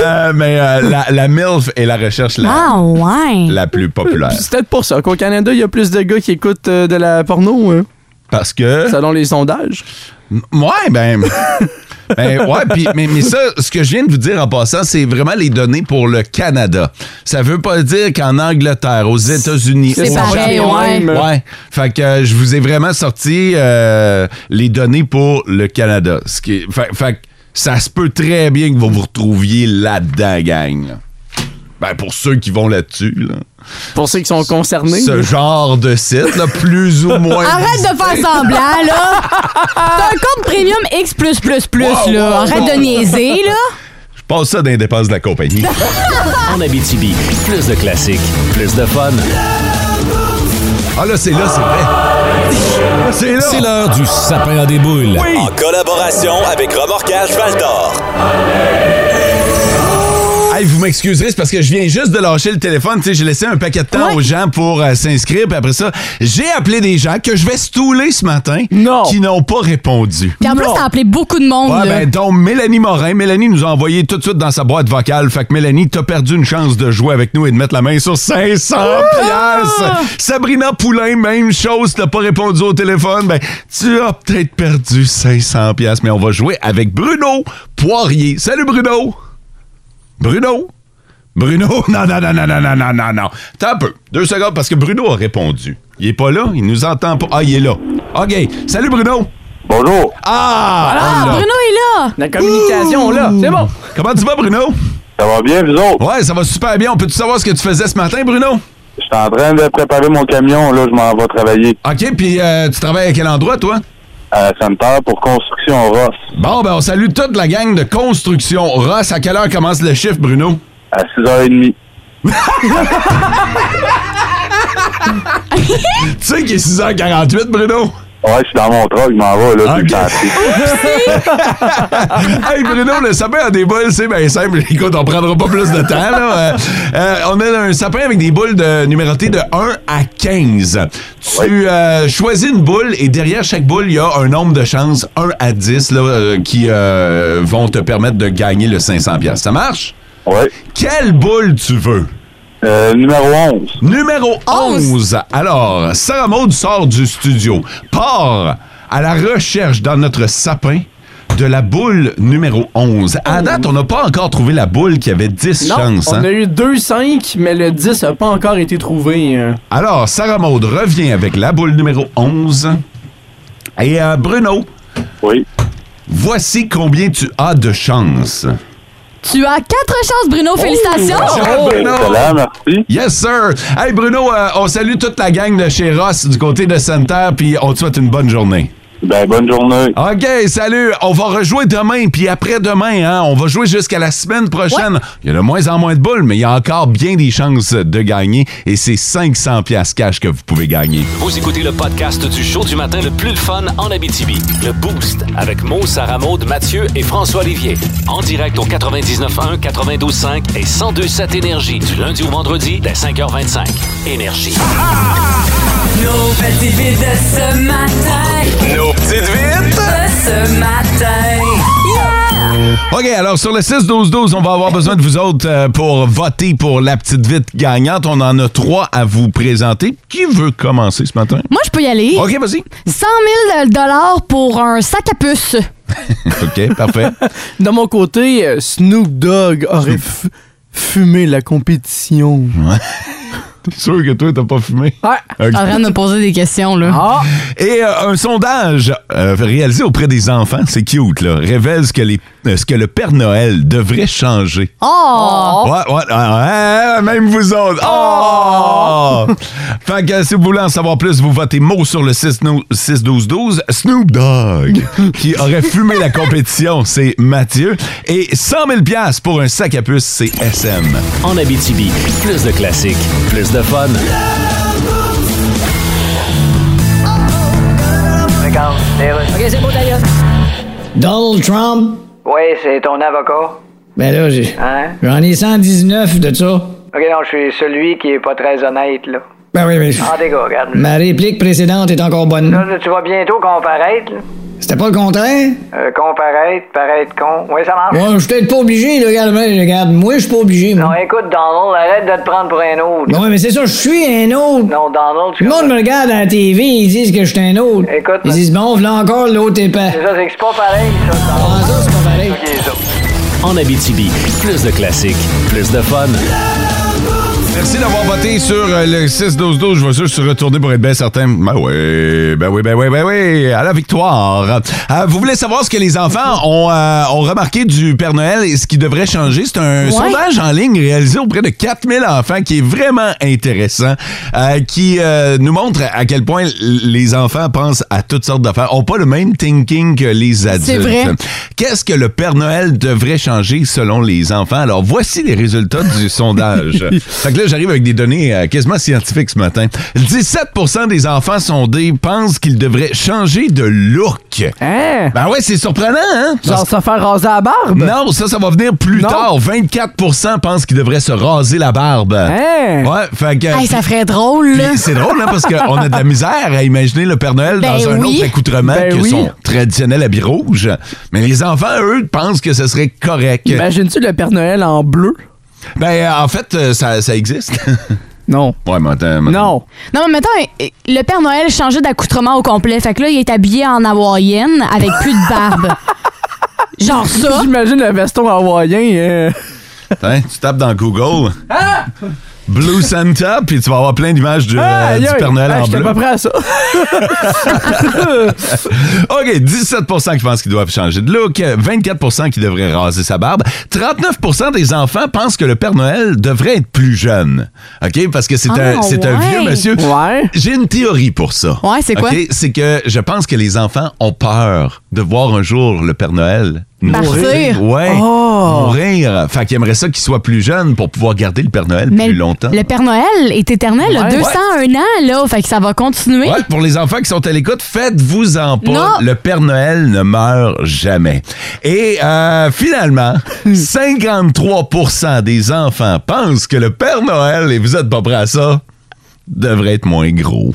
C: Euh, mais euh, la, la MILF est la recherche la,
D: Ah ouais.
C: la plus populaire.
E: C'est peut-être pour ça qu'au Canada, il y a plus de gars qui écoutent euh, de la porno, hein,
C: Parce que.
E: selon les sondages.
C: Ouais, ben. Ben, ouais, puis- mais, mais ça, ce que je viens de vous dire en passant, c'est vraiment les données pour le Canada. Ça veut pas dire qu'en Angleterre, aux États-Unis,
D: C'est
C: au
D: pareil,
C: Japon-
D: ouais.
C: ouais. Fait que euh, je vous ai vraiment sorti euh, les données pour le Canada. Ce qui est- fait, fait que ça se peut très bien que vous vous retrouviez là-dedans, gang. là. Ben, pour ceux qui vont là-dessus, là.
E: Pour ceux qui sont concernés.
C: ce genre de site, là, plus ou moins.
D: Arrête de faire semblant, là! T'as un compte premium X,
C: Wow, wow,
D: là! Arrête de niaiser, là!
C: Je passe ça dans les dépenses de la compagnie.
B: En Abitibi, plus de classiques, plus de fun.
C: Ah là, c'est là, c'est vrai. Ah, C'est là.
G: C'est l'heure du sapin à des boules.
B: En collaboration avec Remorquage Valdor.
C: Hey, vous m'excuserez, c'est parce que je viens juste de lâcher le téléphone. Tu sais, j'ai laissé un paquet de temps
D: Ouais.
C: aux gens pour euh, s'inscrire. Puis après ça, j'ai appelé des gens que je vais stouler ce matin
E: Non.
C: qui n'ont pas répondu.
D: Puis en plus, t'as appelé beaucoup de monde,
C: Ouais,
D: là.
C: ben, donc Mélanie Morin. Mélanie nous a envoyé tout de suite dans sa boîte vocale. Fait que Mélanie, t'as perdu une chance de jouer avec nous et de mettre la main sur 500 piastres. Sabrina Poulain, même chose. T'as pas répondu au téléphone. Ben, tu as peut-être perdu 500 piastres, mais on va jouer avec Bruno Poirier. Salut Bruno! Bruno! Bruno, non, non, non, non, non, non, non, non, non. Attends un peu. Deux secondes, parce que Bruno a répondu. Il est pas là, il nous entend pas. Ah, il est là. OK. Salut, Bruno.
H: Bonjour,
C: Ah!
D: ah,
C: on l'a.
D: Bruno est là!
E: La communication, là. C'est bon.
C: Comment tu vas, Bruno?
H: ça va bien vous autres?
C: Ouais, ça va super bien. On peut-tu savoir ce que tu faisais ce matin, Bruno?
H: Je suis en train de préparer mon camion, là je m'en vais travailler
C: OK, puis euh, tu travailles à quel endroit, toi?
H: à Sainte-Terre pour Construction Ross
C: Bon, ben, on salue toute la gang de construction. Ross, à quelle heure commence le chiffre, Bruno?
H: à 6h30.
C: Tu sais qu'il est 6h48, Bruno?
H: Ouais, je suis dans mon truck, je m'en vais, là,
C: Ok.
H: tout le temps.
C: hey Bruno, le sapin a des boules, c'est bien simple. Écoute, on prendra pas plus de temps. Là. Euh, euh, on a un sapin avec des boules de, numérotées de 1 à 15. Tu
H: Oui.
C: euh, choisis une boule et derrière chaque boule, il y a un nombre de chances 1 à 10 là, euh, qui euh, vont te permettre de gagner le 500$. piastres. Ça marche?
H: Ouais.
C: Quelle boule tu veux?
H: Euh, numéro 11.
C: Numéro 11. Alors, Sarah Maud sort du studio, part à la recherche dans notre sapin de la boule numéro 11. À date, on n'a pas encore trouvé la boule qui avait 10
E: Oh. Non,
C: chances.
E: on
C: hein.
E: a eu 2-5, mais le 10 n'a pas encore été trouvé. euh.
C: Alors, Sarah Maud revient avec la boule numéro 11. Et euh, Bruno,
H: Oui.
C: voici combien tu as de chances.
D: Tu as quatre chances, Bruno!
E: Oh!
C: Oh,
D: Félicitations!
I: Oh,
H: Euh, Excellent, merci.
C: Yes, sir! Hey, Bruno, euh, on salue toute la gang de chez Ross du côté de Sainte-Terre, puis on te souhaite une bonne journée.
H: Ben, bonne journée.
C: OK, salut. On va rejouer demain, puis après-demain, hein, on va jouer jusqu'à la semaine prochaine. Il y a de moins en moins de boules, mais il y a encore bien des chances de gagner, et c'est 500 pièces cash que vous pouvez gagner.
B: Vous écoutez le podcast du show du matin le plus le fun en Abitibi. Le Boost avec Mo, Sarah Maud, Mathieu et François Olivier. En direct au 99.1, 92.5 et 102.7 Énergie du lundi au vendredi dès 5h25. Énergie.
J: Nos petites vites de ce matin,
B: Nos petites vites!
J: de ce matin. Yeah!
C: OK, alors sur le 6-12-12, on va avoir besoin de vous autres euh, pour voter pour la petite vite gagnante. On en a trois à vous présenter. Qui veut commencer ce matin?
D: Moi, je peux y aller.
C: OK, vas-y.
D: 100 000 pour un sac à puce.
C: OK, parfait.
E: De mon côté, euh, Snoop Dogg aurait fu- fumé la compétition.
C: T'es sûr que toi, t'as pas fumé?
E: Ouais.
C: OK.
D: Arrête de me poser des questions, là.
E: Ah,
C: Et euh, un sondage euh, réalisé auprès des enfants, c'est cute, là, révèle ce que, les, euh, ce que le Père Noël devrait changer.
D: Oh!
C: Ouais, ouais, ouais, ouais, même vous autres. Oh! fait que si vous voulez en savoir plus, vous votez mot sur le 6-12-12. Snoop Dogg, qui aurait fumé la compétition, c'est Mathieu. Et 100 000 piastres pour un sac à puce, c'est SM.
B: En Abitibi, plus de classiques, plus de fun.
F: Donald Trump.
I: Oui, c'est ton avocat.
F: Ben là, j'ai.
I: Hein?
F: J'en ai 119 de ça.
I: Ok, non, je suis celui qui est pas très honnête, là.
F: Ben oui, mais.
I: Ah, En dégâts, regarde.
F: Ma réplique précédente est encore bonne.
I: Là, là, tu vas bientôt comparaître, là.
F: C'était pas le contraire?
I: Euh, comparaître, paraître con. Oui, ça marche.
F: Ouais, je suis peut-être pas obligé, là, regarde, mais, regarde, moi, je suis pas obligé, moi.
I: Ah. Non, écoute, Donald, arrête de te prendre pour un autre.
F: Non, mais c'est ça, je suis un autre.
I: Non, Donald,
F: Tout
I: tu...
F: le monde me regarde à la TV, ils disent que je suis un autre.
I: Écoute,
F: Ils disent, bon, voilà encore l'autre épais.
I: C'est ça, c'est que c'est pas pareil, ça. Ah, ça, c'est pas pareil.
B: En Abitibi, plus de classiques, plus de fun.
C: Merci d'avoir voté sur euh, le 6-12-12. Je vois sûr, je suis retourné pour être bien certain. Ben oui, ben oui, ben oui, ben oui, à la victoire. Euh, vous voulez savoir ce que les enfants ont, euh, ont remarqué du Père Noël et ce qui devrait changer? C'est un
D: Ouais.
C: sondage en ligne réalisé auprès de 4000 enfants qui est vraiment intéressant, euh, qui euh, nous montre à quel point l- les enfants pensent à toutes sortes d'affaires, ont pas le même thinking que les adultes.
D: vrai.
C: Qu'est-ce que le Père Noël devrait changer selon les enfants? Alors, voici les résultats du sondage. fait que là, j'arrive avec des données euh, quasiment scientifiques ce matin. 17 des enfants sondés pensent qu'ils devraient changer de look.
E: Hein?
C: Ben ouais, c'est surprenant, hein? Parce
E: Genre se faire raser la barbe?
C: non, ça, ça va venir plus
E: Non.
C: tard. 24 pensent qu'ils devraient se raser la barbe.
E: Hein?
C: Ouais, fait que.
D: Hey, ça ferait drôle, là.
C: Puis C'est drôle, hein, parce qu'on a de la misère à imaginer le Père Noël
D: Ben
C: dans un
D: oui.
C: autre accoutrement
E: Ben
C: que
E: oui.
C: son traditionnel habit rouge. Mais les enfants, eux, pensent que ce serait correct. Ben,
E: Imagines-tu le Père Noël en bleu?
C: euh, en fait, euh, ça, ça existe.
E: Non.
C: ouais, mais attends, mais-
E: Non.
D: Non, mais mettons, euh, le Père Noël changeait d'accoutrement au complet. Fait que là, il est habillé en hawaïenne avec plus de barbe. Genre ça.
E: J'imagine le veston hawaïen. euh,
C: Attends, hein, tu tapes dans Google.
E: Ah!
C: Blue Santa, puis tu vas avoir plein d'images du, euh,
E: aïe,
C: du
E: aïe.
C: Père Noël
E: Ah,
C: en
E: J'étais
C: bleu.
E: pas prêt à ça.
C: OK, 17 qui pensent qu'ils doivent changer de look, 24 qui devraient raser sa barbe, 39 des enfants pensent que le Père Noël devrait être plus jeune. OK, parce que c'est
D: Ah,
C: un c'est un
D: ouais.
C: vieux monsieur.
E: Ouais.
C: J'ai une théorie pour ça.
D: Ouais, c'est quoi?
C: OK, c'est que je pense que les enfants ont peur de voir un jour le Père Noël nous-
D: Partir.
C: Ouais,
E: Oh.
C: mourir. Fait qu'ils aimeraient ça qu'il soit plus jeune pour pouvoir garder le Père Noël plus longtemps.
D: le Père Noël est éternel, a
E: Ouais.
D: 201 ans, là. Fait que ça va continuer.
C: Ouais, pour les enfants qui sont à l'écoute, faites-vous en pas.
D: Non.
C: Le Père Noël ne meurt jamais. Et euh, finalement,
E: Hmm.
C: 53 des enfants pensent que le Père Noël, et vous êtes pas prêts à ça, devrait être moins gros.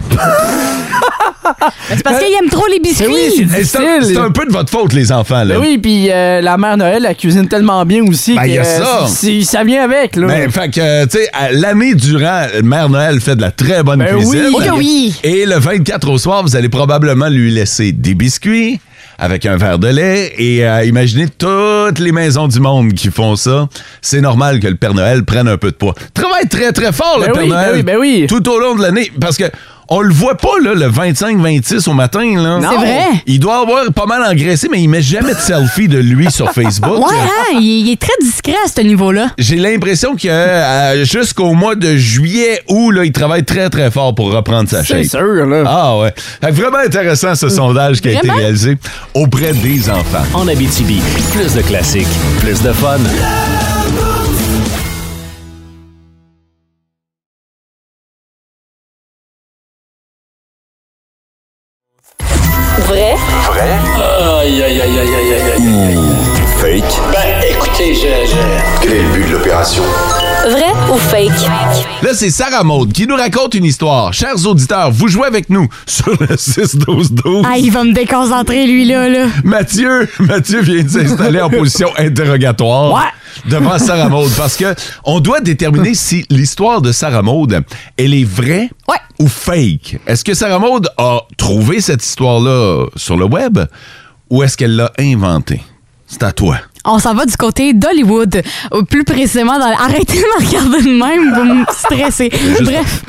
E: Ah,
D: C'est parce qu'il aime trop les biscuits.
E: oui, c'est
C: Et C'est un,
E: difficile.
C: c'est un peu de votre faute, les enfants. Là.
E: Ben oui, puis euh, la mère Noël, la cuisine tellement bien aussi
C: Ben,
E: que
C: y a ça.
E: euh, si- si- ça vient avec. Là.
C: Ben, fait que, euh, tu sais, à l'année durant, Mère Noël fait de la très bonne
E: Ben oui.
C: cuisine.
D: Oh que oui.
C: Et le 24 au soir, vous allez probablement lui laisser des biscuits avec un verre de lait et euh, imaginez toutes les maisons du monde qui font ça. C'est normal que le Père Noël prenne un peu de poids. Travaille très très fort le
E: Ben
C: Père
E: oui, ben
C: Noël.
E: oui, ben oui.
C: Tout au long de l'année parce que on le voit pas là le 25 26 au matin là.
D: C'est vrai.
C: Il doit avoir pas mal engraissé mais il met jamais de selfie de lui sur Facebook.
D: Ouais, hein, il, il est très discret à ce niveau-là.
C: J'ai l'impression que euh, jusqu'au mois de juillet où là il travaille très très fort pour reprendre sa
E: c'est
C: chaîne.
E: sûr. Là.
C: Ah ouais. Fait que vraiment intéressant ce sondage qui a été
D: Vraiment?
C: réalisé auprès des enfants.
B: En Abitibi, plus de classiques, plus de fun.
A: Vrai,
J: Aïe, aïe, aïe, aïe, aïe, aïe, aïe.
K: Fake.
J: Ben, écoutez, je...
K: Quel est le but de l'opération?
A: vrai ou fake?
C: Là, c'est Sarah Maud qui nous raconte une histoire. Chers auditeurs, vous jouez avec nous sur le 6-12-12.
D: Ah, il va me déconcentrer, lui, là. là.
C: Mathieu, Mathieu vient de s'installer en position interrogatoire
E: Ouais.
C: devant Sarah Maud parce que on doit déterminer si l'histoire de Sarah Maud elle est vraie
D: Ouais.
C: ou fake. Est-ce que Sarah Maud a trouvé cette histoire-là sur le web ou est-ce qu'elle l'a inventée? C'est à toi.
D: On s'en va du côté d'Hollywood. Ou Plus précisément, dans... arrêtez de me regarder de même, vous me stressez. Bref,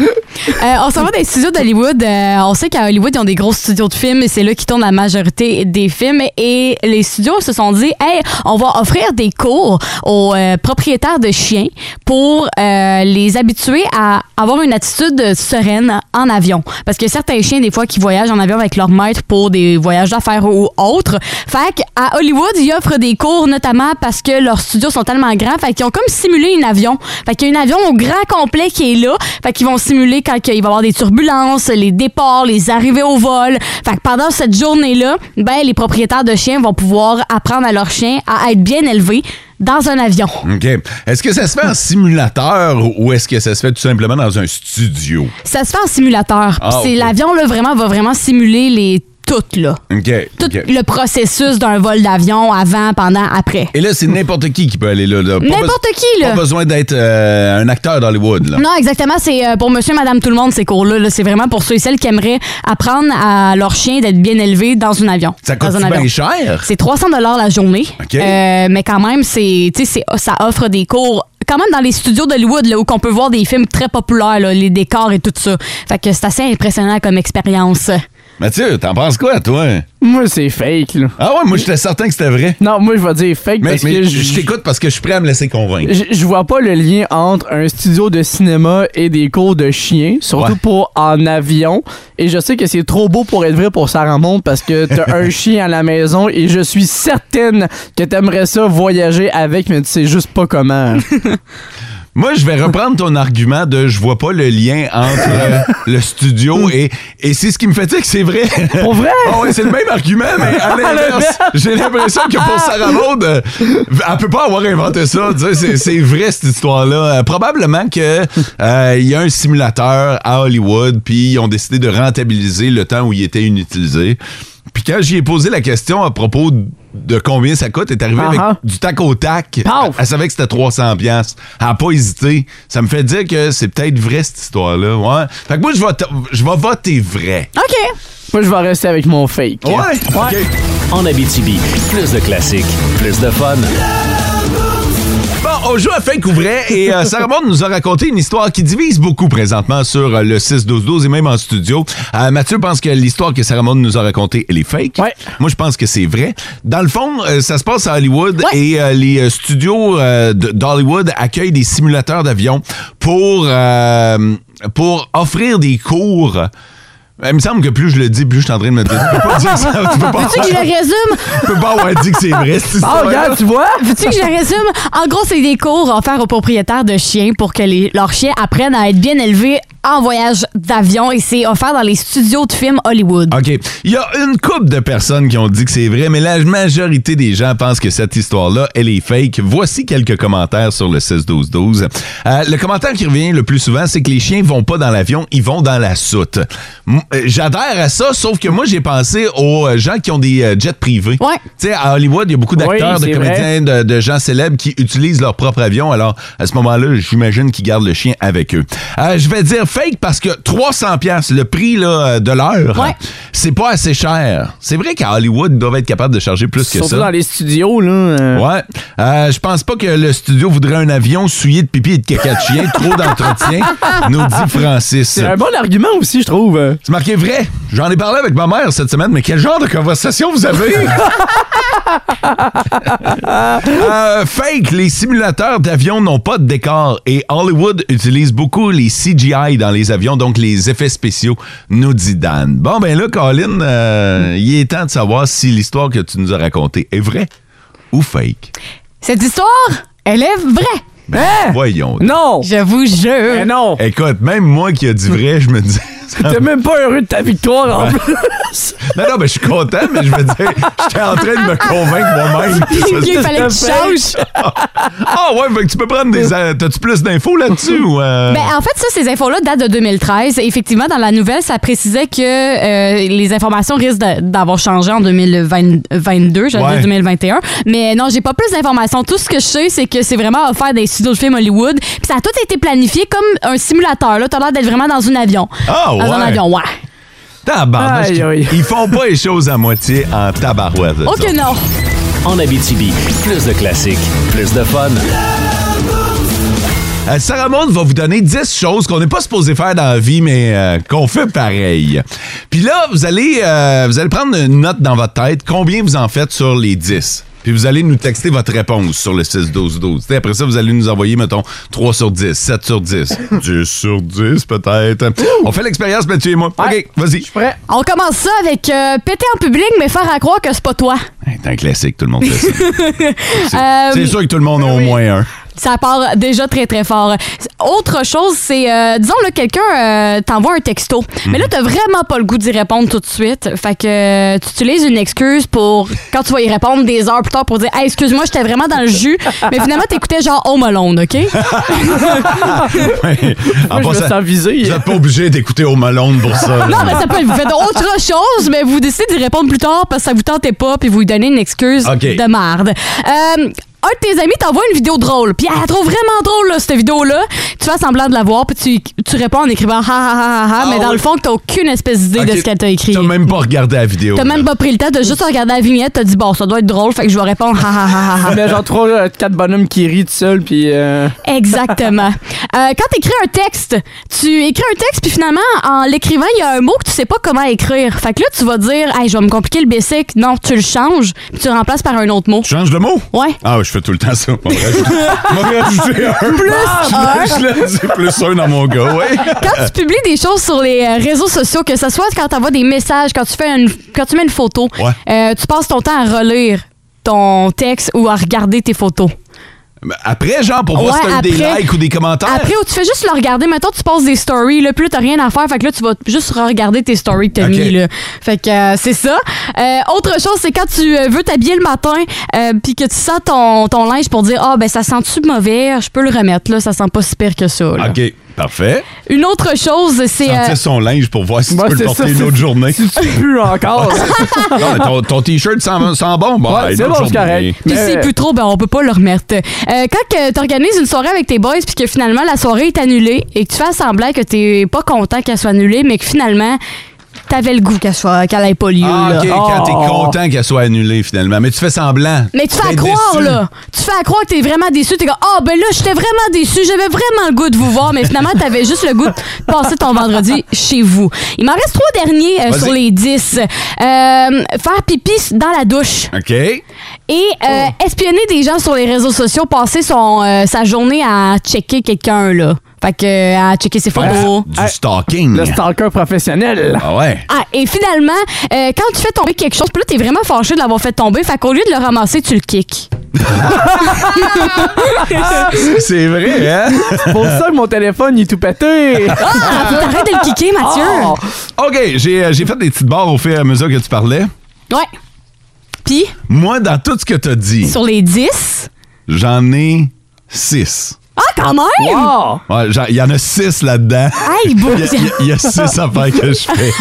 D: Euh, on s'en va dans les studios d'Hollywood. Euh, on sait qu'à Hollywood, ils ont des gros studios de films et c'est là qu'ils tournent la majorité des films. Et les studios se sont dit, hey, on va offrir des cours aux euh, propriétaires de chiens pour euh, les habituer à avoir une attitude sereine en avion. Parce que certains chiens, des fois, qui voyagent en avion avec leur maître pour des voyages d'affaires ou autres. Fait qu'à Hollywood, ils offrent des cours, notamment parce que leurs studios sont tellement grands. Fait qu'ils ont comme simulé un avion. Fait qu'il y a un avion au grand complet qui est là. Fait qu'ils vont simuler quand il va y avoir des turbulences, les départs, les arrivées au vol. Fait que pendant cette journée-là, ben, les propriétaires de chiens vont pouvoir apprendre à leurs chiens à être bien élevés dans un avion.
C: OK. Est-ce que ça se fait en simulateur ou est-ce que ça se fait tout simplement dans un studio?
D: Ça se fait en simulateur. Puis
C: Ah,
D: c'est
C: ok.
D: l'avion là vraiment va vraiment simuler les tout, là.
C: OK.
D: Tout
C: ok.
D: le processus d'un vol d'avion, avant, pendant, après.
C: Et là, c'est n'importe qui qui peut aller là. là. Pas
D: N'importe
C: bes-
D: qui, là.
C: Pas besoin d'être euh, un acteur d'Hollywood, là.
D: Non, exactement. C'est euh, pour monsieur, madame, tout le monde, ces cours-là. là. C'est vraiment pour ceux et celles qui aimeraient apprendre à leur chien d'être bien élevé dans un avion.
C: Ça coûte
D: Dans un
C: bien
D: avion.
C: cher?
D: C'est 300 la journée.
C: OK.
D: Euh, mais quand même, c'est, tu sais, c'est- ça offre des cours quand même dans les studios d'Hollywood là, où qu'on peut voir des films très populaires, là, les décors et tout ça. Fait que c'est assez impressionnant comme expérience.
C: Mathieu, t'en penses quoi, toi?
E: Moi, c'est fake, là.
C: Ah ouais, moi, j'étais certain que c'était vrai.
E: Non, moi, je vais dire fake
C: Mais,
E: parce
C: mais
E: que
C: je je t'écoute parce que je suis prêt à me laisser convaincre.
E: Je je vois pas le lien entre un studio de cinéma et des cours de chien, surtout pour en avion. Et je sais que c'est trop beau pour être vrai pour Sarah Ramonde parce que t'as un chien à la maison et je suis certaine que t'aimerais ça voyager avec, mais tu sais juste pas comment.
C: Moi, je vais reprendre ton argument de je vois pas le lien entre euh, le studio et, et c'est ce qui me fait dire que c'est vrai.
E: Pour vrai?
C: Ah ouais, c'est le même argument, mais à l'inverse, j'ai l'impression que pour Sarah Maud, euh, elle peut pas avoir inventé ça. Tu sais, C'est, c'est vrai, cette histoire-là. Euh, probablement que euh, il y a un simulateur à Hollywood, puis ils ont décidé de rentabiliser le temps où il était inutilisé. Puis quand j'y ai posé la question à propos de combien ça coûte, elle est arrivé avec
E: Ah-ha.
C: du tac au tac. Elle savait que c'était 300 pièces. Elle n'a pas hésité. Ça me fait dire que c'est peut-être vrai cette histoire-là. Ouais. Fait que moi, je vais, t- je vais voter vrai.
D: OK.
E: Moi, je vais rester avec mon fake.
C: Ouais.
B: En Abitibi, plus de classiques, plus de fun.
C: Bon, on joue à fake ou vrai et euh, Sarah Maud nous a raconté une histoire qui divise beaucoup présentement sur euh, le 6-12-12 et même en studio. Euh, Mathieu pense que l'histoire que Sarah Maud nous a racontée, elle est fake. Moi, je pense que c'est vrai. Dans le fond, euh, ça se passe à Hollywood et euh, les euh, studios euh, d- d'Hollywood accueillent des simulateurs d'avion pour, euh, pour offrir des cours. Euh, Il me semble que plus je le dis, plus je suis en train de me dire. Tu peux pas dire ça. Tu peux pas
D: Veux-tu que je le résume?
C: Tu peux pas avoir dit que c'est vrai, cette
D: Ah,
C: histoire-là.
D: regarde,
E: tu vois?
D: Veux-tu que je le résume? En gros, c'est des cours offerts aux propriétaires de chiens pour que les- leurs chiens apprennent à être bien élevés en voyage d'avion et c'est offert dans les studios de films Hollywood.
C: OK. Il y a une couple de personnes qui ont dit que c'est vrai, mais la majorité des gens pensent que cette histoire-là, elle est fake. Voici quelques commentaires sur le 16-12-12. Euh, le commentaire qui revient le plus souvent, c'est que les chiens vont pas dans l'avion, ils vont dans la soute. M- euh, J'adhère à ça, sauf que moi, j'ai pensé aux euh, gens qui ont des euh, jets privés. Tu sais, à Hollywood, il y a beaucoup d'acteurs,
E: Oui,
C: de
E: c'est
C: comédiens, de, de gens célèbres qui utilisent leur propre avion. Alors, à ce moment-là, j'imagine qu'ils gardent le chien avec eux. Euh, je vais dire fake parce que 300 pièces, le prix là, euh, de l'heure, c'est pas assez cher. C'est vrai qu'à Hollywood, ils doivent être capables de charger plus que
E: Surtout
C: ça.
E: dans les studios, là. euh,
C: Ouais. Euh, je pense pas que le studio voudrait un avion souillé de pipi et de caca de chien, trop d'entretien, nous dit Francis.
E: C'est un bon argument aussi, je trouve. euh.
C: C'est marqué vrai. J'en ai parlé avec ma mère cette semaine, mais quel genre de conversation vous avez? Euh, fake, les simulateurs d'avions n'ont pas de décor et Hollywood utilise beaucoup les CGI dans les avions, donc les effets spéciaux, nous dit Dan. Bon, ben là, Colin, euh, il est temps de savoir si l'histoire que tu nous as racontée est vraie ou fake.
D: Cette histoire, elle est vraie.
C: Ben, Voyons.
E: Non!
D: Je vous jure.
E: non!
C: Écoute, même moi qui a dit vrai, je me dis.
E: T'es même pas heureux de ta victoire, en
C: Eh. Ouais.
E: plus.
C: Non, non, mais je suis content, mais je veux dire, j'étais en train de me convaincre moi-même. que ça,
E: Ok,
C: c'était
E: fallait que tu
C: fake.
E: changes.
C: Ah ouais, fait que tu peux prendre des... euh, T'as-tu plus d'infos là-dessus ou... euh?
D: Ben, en fait, ça, ces infos-là datent de 2013. Effectivement, dans la nouvelle, ça précisait que euh, les informations risquent de- d'avoir changé en 2022, j'allais
A: Ouais.
D: dire 2021. Mais non, j'ai pas plus d'informations. Tout ce que je sais, c'est que c'est vraiment offert des studios de films Hollywood. Puis ça a tout été planifié comme un simulateur. Là, t'as l'air d'être vraiment dans un avion.
C: Ah,
D: Dans un
C: ouais.
D: avion, ouais.
C: Tabarnouche,
B: Aïe, aïe.
C: Ils font pas les choses à moitié en tabarouette.
D: Ok,
C: ça.
D: non.
B: En Abitibi, plus de classiques, plus de fun.
C: Euh, Sarah Maud va vous donner 10 choses qu'on n'est pas supposé faire dans la vie, mais euh, qu'on fait pareil. Puis là, vous allez, euh, vous allez prendre une note dans votre tête, combien vous en faites sur les 10. Puis vous allez nous texter votre réponse sur le 6-12-12. Tu sais, Après ça, vous allez nous envoyer, mettons, 3 sur 10, 7 sur 10, 10 sur 10 peut-être. On fait l'expérience, Mathieu et moi. OK, vas-y. Je suis
E: prêt.
D: On commence ça avec euh, péter en public, mais faire à croire que c'est pas toi.
C: C'est un classique, tout le monde fait ça.
D: Euh,
C: C'est sûr que tout le monde a au moins un.
D: ça part déjà très, très fort. Autre chose, c'est, euh, disons, là, quelqu'un euh, t'envoie un texto, mais là, t'as vraiment pas le goût d'y répondre tout de suite. Fait que euh, tu utilises une excuse pour, quand tu vas y répondre des heures plus tard, pour dire, Hey, excuse-moi, j'étais vraiment dans le jus, mais finalement, t'écoutais genre Home Alone, OK?
C: Ouais. En
E: je me
C: passant,
E: sens visé.
C: Vous n'êtes pas obligé d'écouter au Malone pour ça.
D: non, Ah, mais ça peut être, vous faites autre chose, mais vous décidez d'y répondre plus tard parce que ça vous tentait pas, puis vous lui donnez une excuse
C: OK.
D: de marde. Euh, un de tes amis t'envoie une vidéo drôle, puis elle la trouve vraiment drôle, là, cette vidéo-là. Tu fais semblant de la voir, puis tu, tu réponds en écrivant ha ha ha ha, ha mais dans le fond, t'as aucune espèce d'idée de
C: Ah Ok.
D: ce qu'elle t'a écrit.
C: T'as même pas regardé la vidéo.
D: T'as même pas pris le temps, t'as juste regardé la vignette, t'as dit bon, ça doit être drôle, fait que je vais répondre ha ha ha ha, ha.
E: Mais genre trois, euh, quatre bonhommes qui rient tout seuls, puis. euh,
D: Exactement. Euh, quand tu écris un texte, tu écris un texte, puis finalement, en l'écrivant, il y a un mot que tu sais pas comment écrire. Fait que là, tu vas dire, hey, je vais me compliquer le basic. Non, tu le changes, puis tu le remplaces par un autre mot.
C: Tu changes le mot?
D: Ouais.
C: Ah, ouais, je fais tout le temps ça. Moi, rajouter un.
D: Plus un.
C: Je le dis plus un dans mon gars, ouais.
D: Quand tu publies des choses sur les euh, réseaux sociaux, que ce soit quand tu envoies des messages, quand tu, fais une, quand tu mets une photo,
C: Ouais.
D: euh, tu passes ton temps à relire ton texte ou à regarder tes photos.
C: Mais Après, genre, pour voir
D: Ouais,
C: si t'as eu des
D: après-
C: likes ou des commentaires.
D: Après, ou tu fais juste le regarder. Maintenant, tu passes des stories. Là, plus là, t'as rien à faire. Fait que là, tu vas juste regarder tes stories que t'as
C: Ok.
D: mis. Là. Fait que euh, c'est ça. Euh, autre chose, c'est quand tu euh, veux t'habiller le matin, euh, puis que tu sens ton, ton linge pour dire Ah, ben ça sent-tu mauvais Je peux le remettre. Là, ça sent pas si pire que ça. là.
C: OK, parfait.
D: Une autre chose, c'est. euh,
C: Sentir son linge pour voir si
E: moi,
C: tu peux
E: c'est
C: le porter
E: ça,
C: une
E: c'est-
C: autre journée.
E: Si tu pues encore.
C: Non, mais ton, ton t-shirt sent, sent bon. Bon,
E: Ouais,
C: hey,
E: c'est
C: l'autre
E: bon, c'est
C: journée.
E: correct.
D: Puis
E: Mais-
D: c'est plus trop, ben on peut pas le remettre. Euh, quand tu organises une soirée avec tes boys puis que finalement la soirée est annulée et que tu fais semblant que t'es pas content qu'elle soit annulée, mais que finalement t'avais le goût qu'elle soit qu'elle ait pas lieu.
C: Ah,
D: là.
C: OK, quand
E: Oh.
C: t'es content qu'elle soit annulée, finalement. Mais tu fais semblant.
D: Mais tu fais à
C: T'es
D: croire,
C: déçu.
D: là. Tu fais à croire que t'es vraiment déçu. T'es comme, ah, ben là, j'étais vraiment déçu. J'avais vraiment le goût de vous voir. Mais finalement, t'avais juste le goût de passer ton vendredi chez vous. Il m'en reste trois derniers euh,
C: Vas-y.
D: sur les dix. Euh, faire pipi dans la douche.
C: OK.
D: Et euh,
C: Oh.
D: espionner des gens sur les réseaux sociaux, passer son, euh, sa journée à checker quelqu'un, là. Fait que, euh, à checker ses
C: Faire
D: photos.
C: du stalking.
E: Le stalker professionnel.
C: Ah ouais.
D: Ah, et finalement, euh, quand tu fais tomber quelque chose, puis là, t'es vraiment fâché de l'avoir fait tomber, fait qu'au lieu de le ramasser, tu le kicks.
C: C'est vrai, hein?
E: C'est pour ça que mon téléphone il est tout pété.
D: Ah, faut t'arrêter de le kicker, Mathieu!
E: Oh.
C: OK, j'ai euh, j'ai fait des petites barres au fur et à mesure que tu parlais.
D: Ouais. Puis,
C: Moi, dans tout ce que t'as dit,
D: sur les 10,
C: j'en ai six.
D: ah, quand même!
E: Wow.
C: Ouais, genre, Il y en a six là-dedans.
D: Hey, beau-
C: Il y a- il y, a- il y a six affaires que je fais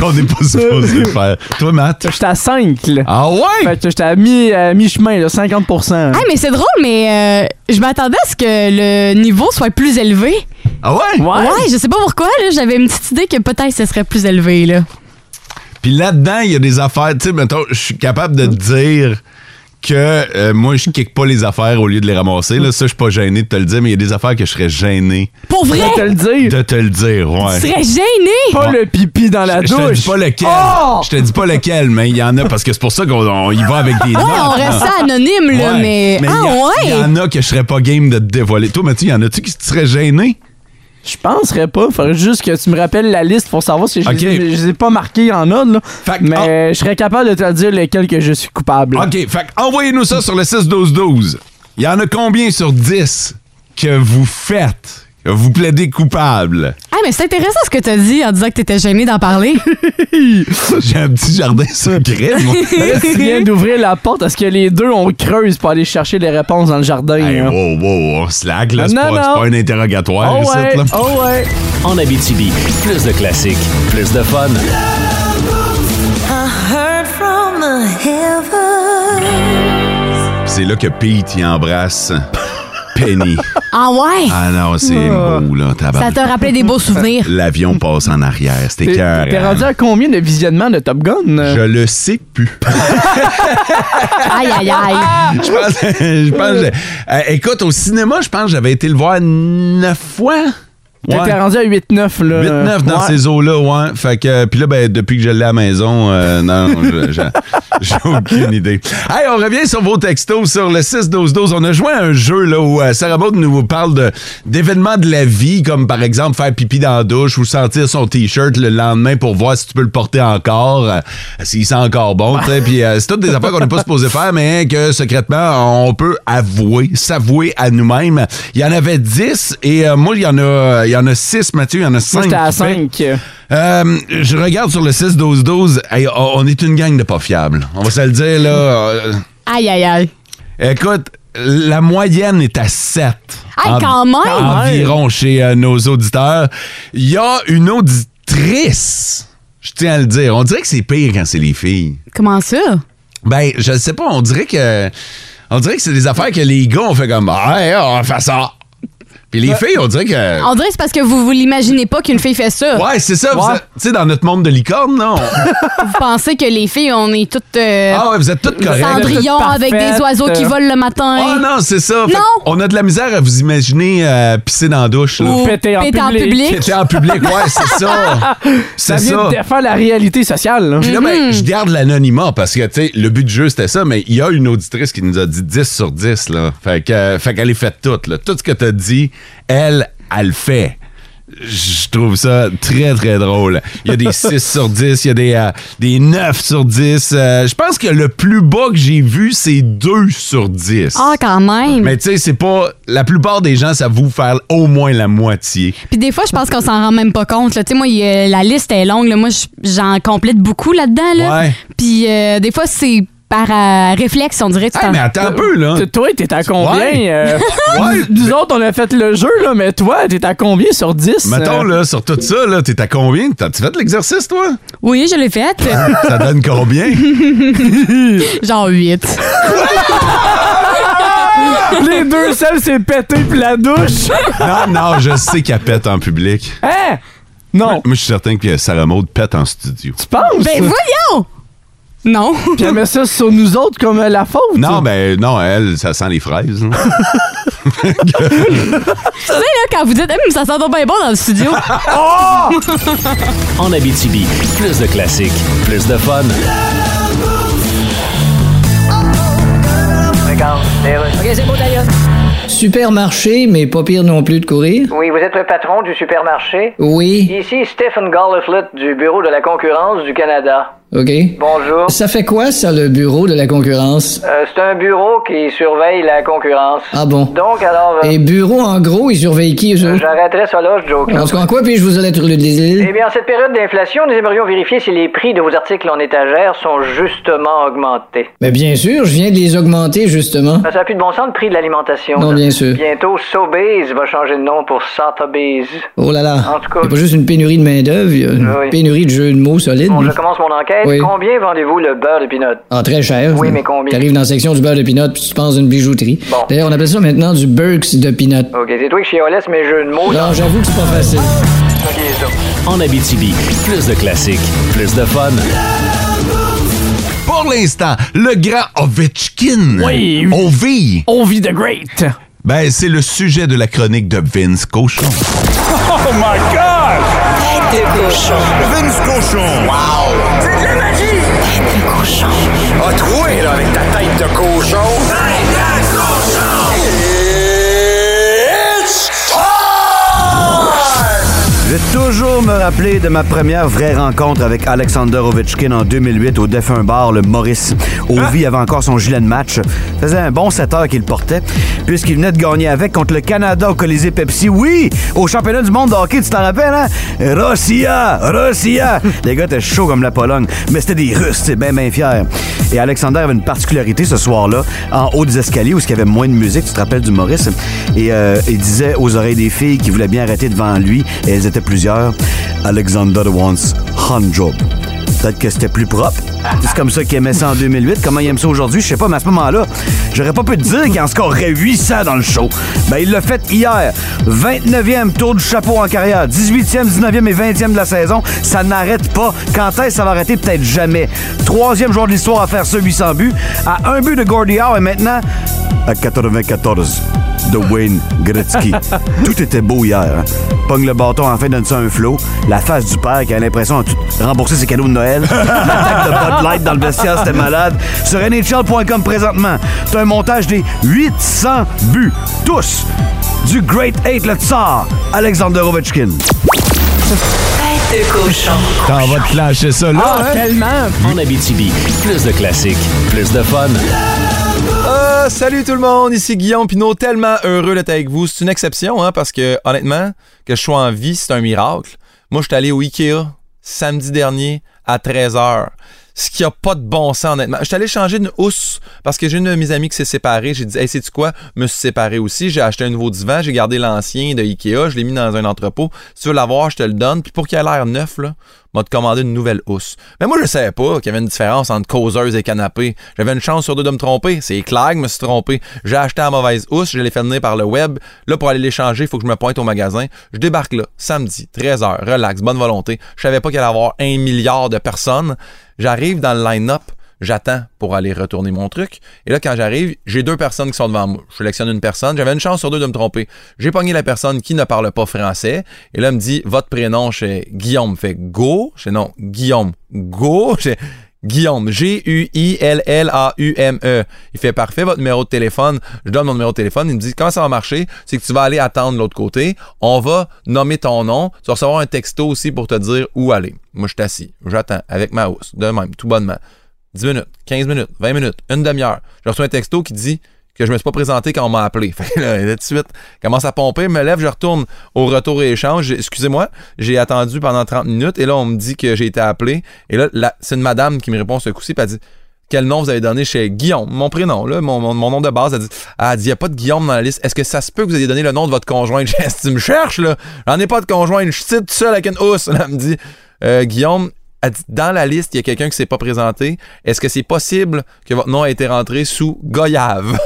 C: qu'on n'est pas supposé faire. Toi, Matt?
E: J'étais à 5, là.
C: Ah ouais?
E: Fait que j'étais à mi- à mi-chemin, là, 50
C: Ah,
D: Hey, mais c'est drôle, mais euh, je m'attendais à ce que le niveau soit plus élevé.
C: Ah ouais?
E: Ouais.
D: Ouais, je sais pas pourquoi, là, j'avais une petite idée que peut-être ce serait plus élevé, là.
C: Puis là-dedans, il y a des affaires, tu sais, mettons, je suis capable de te dire que euh, moi, je kick pas les affaires au lieu de les ramasser. Là, ça, je suis pas gêné de te le dire, mais il y a des affaires que je serais gêné
D: Pour
E: Je
D: vrai!
E: vais te le dire.
C: de te le dire, ouais.
D: Tu serais gêné!
E: Pas le pipi dans la
C: Je te dis
E: douche.
C: pas lequel.
E: Oh!
C: Je te dis pas lequel, mais il y en a parce que c'est pour ça qu'on on y va avec des
D: Ouais,
C: notes,
D: on
C: là.
D: reste anonyme, là,
C: Ouais.
D: mais...
C: il
D: Ah,
C: y a- Il y
D: ouais!
C: en a que je serais pas game de te dévoiler. Toi, Mathieu, il y en a-tu qui seraient gênés?
E: Je penserais pas. Faudrait juste que tu me rappelles la liste pour savoir si je,
C: Ok.
E: les, je les ai pas marqués en ordre. Là.
C: que- ah.
E: mais je serais capable de te le dire lequel que je suis coupable.
C: OK, fait que envoyez-nous ça sur le 6-12-12. Il y en a combien sur 10 que vous faites, que vous plaidez coupable?
D: Ah, mais c'est intéressant ce que t'as dit en disant que t'étais gêné d'en parler.
C: J'ai un petit jardin secret, moi.
E: Là, tu viens d'ouvrir la porte. Est-ce que les deux, on creuse pour aller chercher les réponses dans le jardin?
C: Hey,
E: hein?
C: wow, wow, on slack, là. C'est
E: Non,
C: pas,
E: non.
C: c'est pas un interrogatoire,
E: Oh
C: ici,
E: ouais,
C: là.
E: oh ouais.
B: En Abitibi, plus de classiques, plus de fun.
E: Oh.
C: C'est là que Pete y embrasse Penny.
D: ah ouais!
C: Ah ben non, c'est
E: Oh.
C: beau, là,
D: Ça
C: tabarnak.
D: t'a rappelé des beaux souvenirs.
C: L'avion passe en arrière, c'était
E: T'es
C: cœur.
E: t'es rendu à combien de visionnements de Top Gun? euh?
C: Je le sais plus.
D: Aïe, aïe, aïe!
C: Je pense, je pense que- Euh, écoute, au cinéma, je pense que j'avais été le voir neuf fois.
E: T'es t'es
C: Ouais.
E: rendu à 8-9, là.
C: 8-9 dans
E: Ouais.
C: euh, ces eaux-là, ouais. Fait que, puis là, ben, depuis que euh, je l'ai à la maison, euh, non, je- je- J'ai aucune idée. Hey, on revient sur vos textos sur le 6-12-12. On a joué à un jeu là, où euh, Sarah Maud nous parle de- d'événements de la vie, comme par exemple faire pipi dans la douche ou sentir son T-shirt le lendemain pour voir si tu peux le porter encore, euh, s'il sent encore bon. tu sais. Puis euh, c'est toutes des affaires qu'on n'est pas supposé faire, mais que secrètement, on peut avouer, s'avouer à nous-mêmes. Il y en avait 10 et euh, moi, il y en a il y en a 6, Mathieu, il y en a 5.
E: j'étais à cinq.
C: Euh, je regarde sur le 6-12-12. Hey, oh, on on est une gang de pas fiables. On va se le dire, là. Euh,
D: Aïe, aïe, aïe.
C: Écoute, la moyenne est à 7.
D: Hey, quand même! Quand même!
C: Environ chez euh, nos auditeurs. Il y a une auditrice. Je tiens à le dire. On dirait que c'est pire quand c'est les filles.
D: Comment ça?
C: Ben, je sais pas. On dirait que. On dirait que c'est des affaires que les gars ont fait comme. Ah, hey, on va faire ça. Puis
D: Euh,
C: les filles, on dirait que.
D: On dirait que c'est parce que vous vous l'imaginez pas qu'une fille fait ça.
C: Ouais, c'est ça. vous
D: Ouais.
C: êtes- Tu sais, dans notre monde de licorne, non?
D: Vous pensez que les filles, on est toutes. euh,
C: Ah ouais, vous êtes toutes correctes.
D: Cendrillon
C: Vous êtes toutes
D: avec des
C: parfaites. euh.
D: oiseaux qui volent le matin.
C: Ah non, c'est ça. Fait
D: Hein? Non.
C: que On a de la misère à vous imaginer euh, pisser dans la douche. là.
E: Ou péter en péter en public. public.
C: Péter en public, ouais, c'est ça.
E: Ça
C: C'est
E: vient de défendre la réalité sociale. là.
C: Puis là, ben, je garde l'anonymat parce que, tu sais, le but du jeu, c'était ça, mais il y a une auditrice qui nous a dit 10 sur 10, là. Fait que, euh, fait qu'elle est faite toute, là. Tout ce que t'as dit, elle, elle le fait. Je trouve ça très, très drôle. Il y a des 6 sur 10, il y a des, euh, des 9 sur 10. Euh, je pense que le plus bas que j'ai vu, c'est 2 sur 10.
D: Ah, quand même.
C: Mais tu sais, c'est pas. La plupart des gens, ça vous faire au moins la moitié.
D: Puis des fois, je pense qu'on s'en rend même pas compte. là. Tu sais, moi, il y a- la liste est longue. là. Moi, je- j'en complète beaucoup là-dedans. Là.
C: Ouais.
D: Puis euh, des fois, c'est par euh, réflexe, on dirait. tu t'en-
E: Ah, mais
C: attends un peu, là.
E: Toi, t'es à combien?
D: Ouais.
E: euh,
D: Ouais.
E: nous, nous autres, on a fait le jeu, là, mais toi, t'es à combien sur 10?
C: Mettons,
E: euh?
C: là, sur tout ça, là, t'es à combien? T'as-tu fait l'exercice, toi?
D: Oui, je l'ai faite.
C: Ça donne combien?
D: Genre 8.
E: Les deux seuls, c'est pété puis la douche.
C: Non, non, je sais qu'elle pète en public.
E: Hein? Non.
C: Moi, je suis certain que Sarah Maud pète en studio.
E: Tu penses?
D: Ben voyons! Non.
E: Puis elle met ça sur nous autres comme euh, la faute.
C: Non, ben non, elle, ça sent les fraises. hein.
D: tu sais, là, quand vous dites, Hum, ça sent donc bien bon dans le studio.
B: En Abitibi, plus de classiques, plus de fun.
I: OK, c'est beau d'ailleurs.
F: Supermarché, mais pas pire non plus de courir.
I: Oui, vous êtes le patron du supermarché?
F: Oui.
I: Ici Stephen Garliflet du Bureau de la concurrence du Canada.
F: OK.
I: Bonjour.
F: Ça fait quoi, ça, le bureau de la concurrence?
I: Euh, c'est un bureau qui surveille la concurrence.
F: Ah bon?
I: Donc alors, euh,
F: Et bureau, en gros, ils surveillent qui, eux autres?
I: j'arrêterai ça là, je joke.
F: En tout cas, en quoi puis-je vous aller le
I: Eh
F: désir?
I: bien, en cette période d'inflation, nous aimerions vérifier si les prix de vos articles en étagère sont justement augmentés.
F: Mais bien sûr, je viens de les augmenter, justement.
I: Ben, Ça n'a plus de bon sens le prix de l'alimentation.
F: Non,
I: là.
F: bien sûr.
I: Bientôt, Sobeys va changer de nom pour Sotheby's.
F: Oh là là.
I: En tout cas,
F: Il y a pas juste une pénurie de main-d'œuvre, il y a une
I: Oui.
F: pénurie de jeux de mots solides.
I: bon, je
F: lui.
I: commence mon enquête.
F: Oui.
I: Combien vendez-vous le beurre de pinot?
F: Ah, très cher.
I: Oui, mais combien?
F: T'arrives dans la section du beurre de pinot, puis tu penses une bijouterie. D'ailleurs, on appelle ça maintenant du Burks de pinot.
I: OK, c'est toi qui chiolais mes jeux de mots.
F: Non, j'avoue que c'est pas facile.
B: En Abitibi, plus de classiques, plus de fun.
C: Pour l'instant, le grand Ovechkin.
B: Oui.
C: Ovi.
E: Ovi the Great.
C: Ben, c'est le sujet de la chronique de Vince Cochon.
G: Oh my God!
J: Tête de cochon.
G: Vince Cochon!
J: Wow! C'est de la magie! Tête de cochon. A troué, là, avec ta tête de cochon. Tête de cochon! It's time!
L: Je vais toujours me rappeler de ma première vraie rencontre avec Alexander Ovechkin en 2008 au défunt bar Le Maurice. Ovi avait encore son gilet de match. faisait un bon 7 heures qu'il portait, puisqu'il venait de gagner avec contre le Canada au Colisée Pepsi. Oui! Au championnat du monde de hockey, tu t'en rappelles, hein? Russia! Russia! Les gars étaient chauds comme la Pologne, mais c'était des Russes, c'est bien, bien fier. Et Alexander avait une particularité ce soir-là, en haut des escaliers où il y avait moins de musique, tu te rappelles du Maurice, et euh, il disait aux oreilles des filles qui voulaient bien arrêter devant lui, et elles étaient plusieurs, Alexander wants 100. Peut-être que c'était plus propre. C'est comme ça qu'il aimait ça en 2008. Comment il aime ça aujourd'hui, je sais pas, mais à ce moment-là, j'aurais pas pu te dire qu'il en scorerait 800 dans le show. Ben, il l'a fait hier. 29e tour du chapeau en carrière. 18e, 19e et 20e de la saison. Ça n'arrête pas. Quand est-ce que ça va arrêter? Peut-être jamais. Troisième joueur de l'histoire à faire ce 800 buts. À un but de Gordie Howe et maintenant à 94 de Wayne Gretzky. Tout était beau hier. hein. Pogne le bâton, enfin donne ça un flot. La face du père qui a l'impression de tout- rembourser ses cadeaux de Noël. L'attaque de Bob Bud Light dans le vestiaire, c'était malade. Sur NHL.com présentement, c'est un montage des 800 buts, tous du Great Eight, le Tsar, Alexander Ovechkin.
J: Tête de cochon.
C: T'en vas te clasher ça là.
J: Ah, tellement.
B: En Abitibi, plus de classiques, plus de fun.
M: Ah, salut tout le monde, ici Guillaume Pinot, tellement heureux d'être avec vous. C'est une exception, hein, parce que honnêtement, que je sois en vie, c'est un miracle. Moi, je suis allé au Ikea samedi dernier à 13h. Ce qui a pas de bon sens, honnêtement. Je suis allé changer une housse parce que j'ai une de mes amies qui s'est séparée. J'ai dit, hey, sais-tu quoi? Je me suis séparé aussi. J'ai acheté un nouveau divan. J'ai gardé l'ancien de Ikea. Je l'ai mis dans un entrepôt. Si tu veux l'avoir, je te le donne. Puis pour qu'il ait l'air neuf, là, m'a te commandé une nouvelle housse. Mais moi, je savais pas qu'il y avait une différence entre causeuse et canapé. J'avais une chance sur deux de me tromper. C'est clair que je me suis trompé. J'ai acheté la mauvaise housse, je l'ai fait venir par le web. Là, pour aller l'échanger, il faut que je me pointe au magasin. Je débarque là, samedi, 13h, relax, bonne volonté. Je savais pas qu'il allait avoir un milliard de personnes. J'arrive dans le line-up. J'attends pour aller retourner mon truc. Et là, quand j'arrive, j'ai deux personnes qui sont devant moi. Je sélectionne une personne. J'avais une chance sur deux de me tromper. J'ai pogné la personne qui ne parle pas français. Et là, elle me dit, votre prénom, chez Guillaume. Fait go. Je fais, non, Guillaume. Go. Je fais, Guillaume. G-U-I-L-L-A-U-M-E. E. Il fait parfait, votre numéro de téléphone. Je donne mon numéro de téléphone. Il me dit, comment ça va marcher? C'est que tu vas aller attendre de l'autre côté. On va nommer ton nom. Tu vas recevoir un texto aussi pour te dire où aller. Moi, je suis assis. J'attends avec ma housse. De même, tout bonnement. 10 minutes, 15 minutes, 20 minutes, une demi-heure. Je reçois un texto qui dit que je me suis pas présenté quand on m'a appelé. Fait que là, là, tout de suite, commence à pomper, me lève, je retourne au retour et échange. J'ai- Excusez-moi, j'ai attendu pendant 30 minutes et là, on me dit que j'ai été appelé. Et là, la- c'est une madame qui me répond ce coup-ci, puis elle dit quel nom vous avez donné chez Guillaume, mon prénom, là, mon, mon- mon nom de base. Elle dit, ah, il n'y a pas de Guillaume dans la liste. Est-ce que ça se peut que vous ayez donné le nom de votre conjoint? Est-ce que tu me cherches, là? J'en ai pas de conjoint. Je suis tout seul avec une housse. Là, elle me dit, Euh, Guillaume, elle dit, dans la liste, il y a quelqu'un qui s'est pas présenté. Est-ce que c'est possible que votre nom ait été rentré sous Goyave?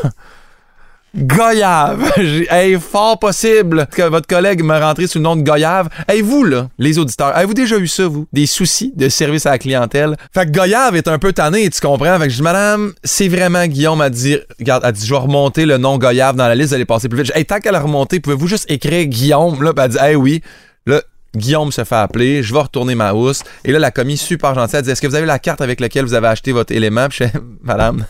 M: Goyave! J'ai- hey, fort possible que votre collègue me rentré sous le nom de Goyave. Hey, vous, là, les auditeurs, avez-vous déjà eu ça, vous? Des soucis de service à la clientèle? Fait que Goyave est un peu tanné, tu comprends? Fait que je dis, madame, c'est vraiment Guillaume à dire, regarde, a dit, je vais remonter le nom Goyave dans la liste, vous allez passer plus vite. J'ai dit, Hey, tant qu'elle a remonté, pouvez-vous juste écrire Guillaume, là? Puis elle dit, hey, oui. Là, Guillaume se fait appeler, je vais retourner ma housse. Et là, la commis, super gentille, elle dit Est-ce que vous avez la carte avec laquelle vous avez acheté votre élément Puis je fais Madame,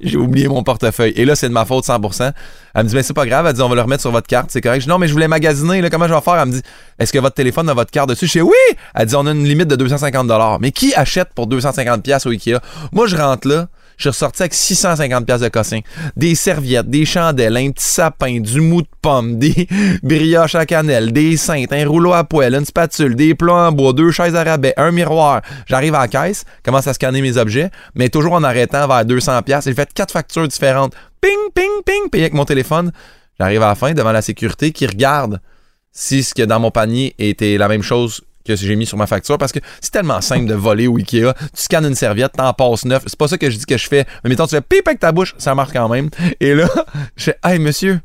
M: j'ai oublié mon portefeuille. Et là, c'est de ma faute 100%. Elle me dit Mais c'est pas grave, elle dit On va le remettre sur votre carte, c'est correct. Je dis Non, mais je voulais magasiner, là, comment je vais faire Elle me dit Est-ce que votre téléphone a votre carte dessus Je dis Oui Elle dit On a une limite de 250 Mais qui achète pour 250$ au Ikea Moi, je rentre là. Je suis ressorti avec 650 pièces de cossin. Des serviettes, des chandelles, un petit sapin, du mou de pomme, des brioches à cannelle, des cintes, un rouleau à poêle, une spatule, des plats en bois, deux chaises à rabais, un miroir. J'arrive à la caisse, commence à scanner mes objets, mais toujours en arrêtant vers 200 pièces. J'ai fait quatre factures différentes. Ping, ping, ping, payé avec mon téléphone. J'arrive à la fin devant la sécurité qui regarde si ce que dans mon panier était la même chose que ce que j'ai mis sur ma facture parce que c'est tellement simple de voler au Ikea. Tu scannes une serviette, t'en passes neuf. C'est pas ça que je dis que je fais. Mais mettons, tu fais pipe avec ta bouche, ça marche quand même. Et là, je fais Hey monsieur,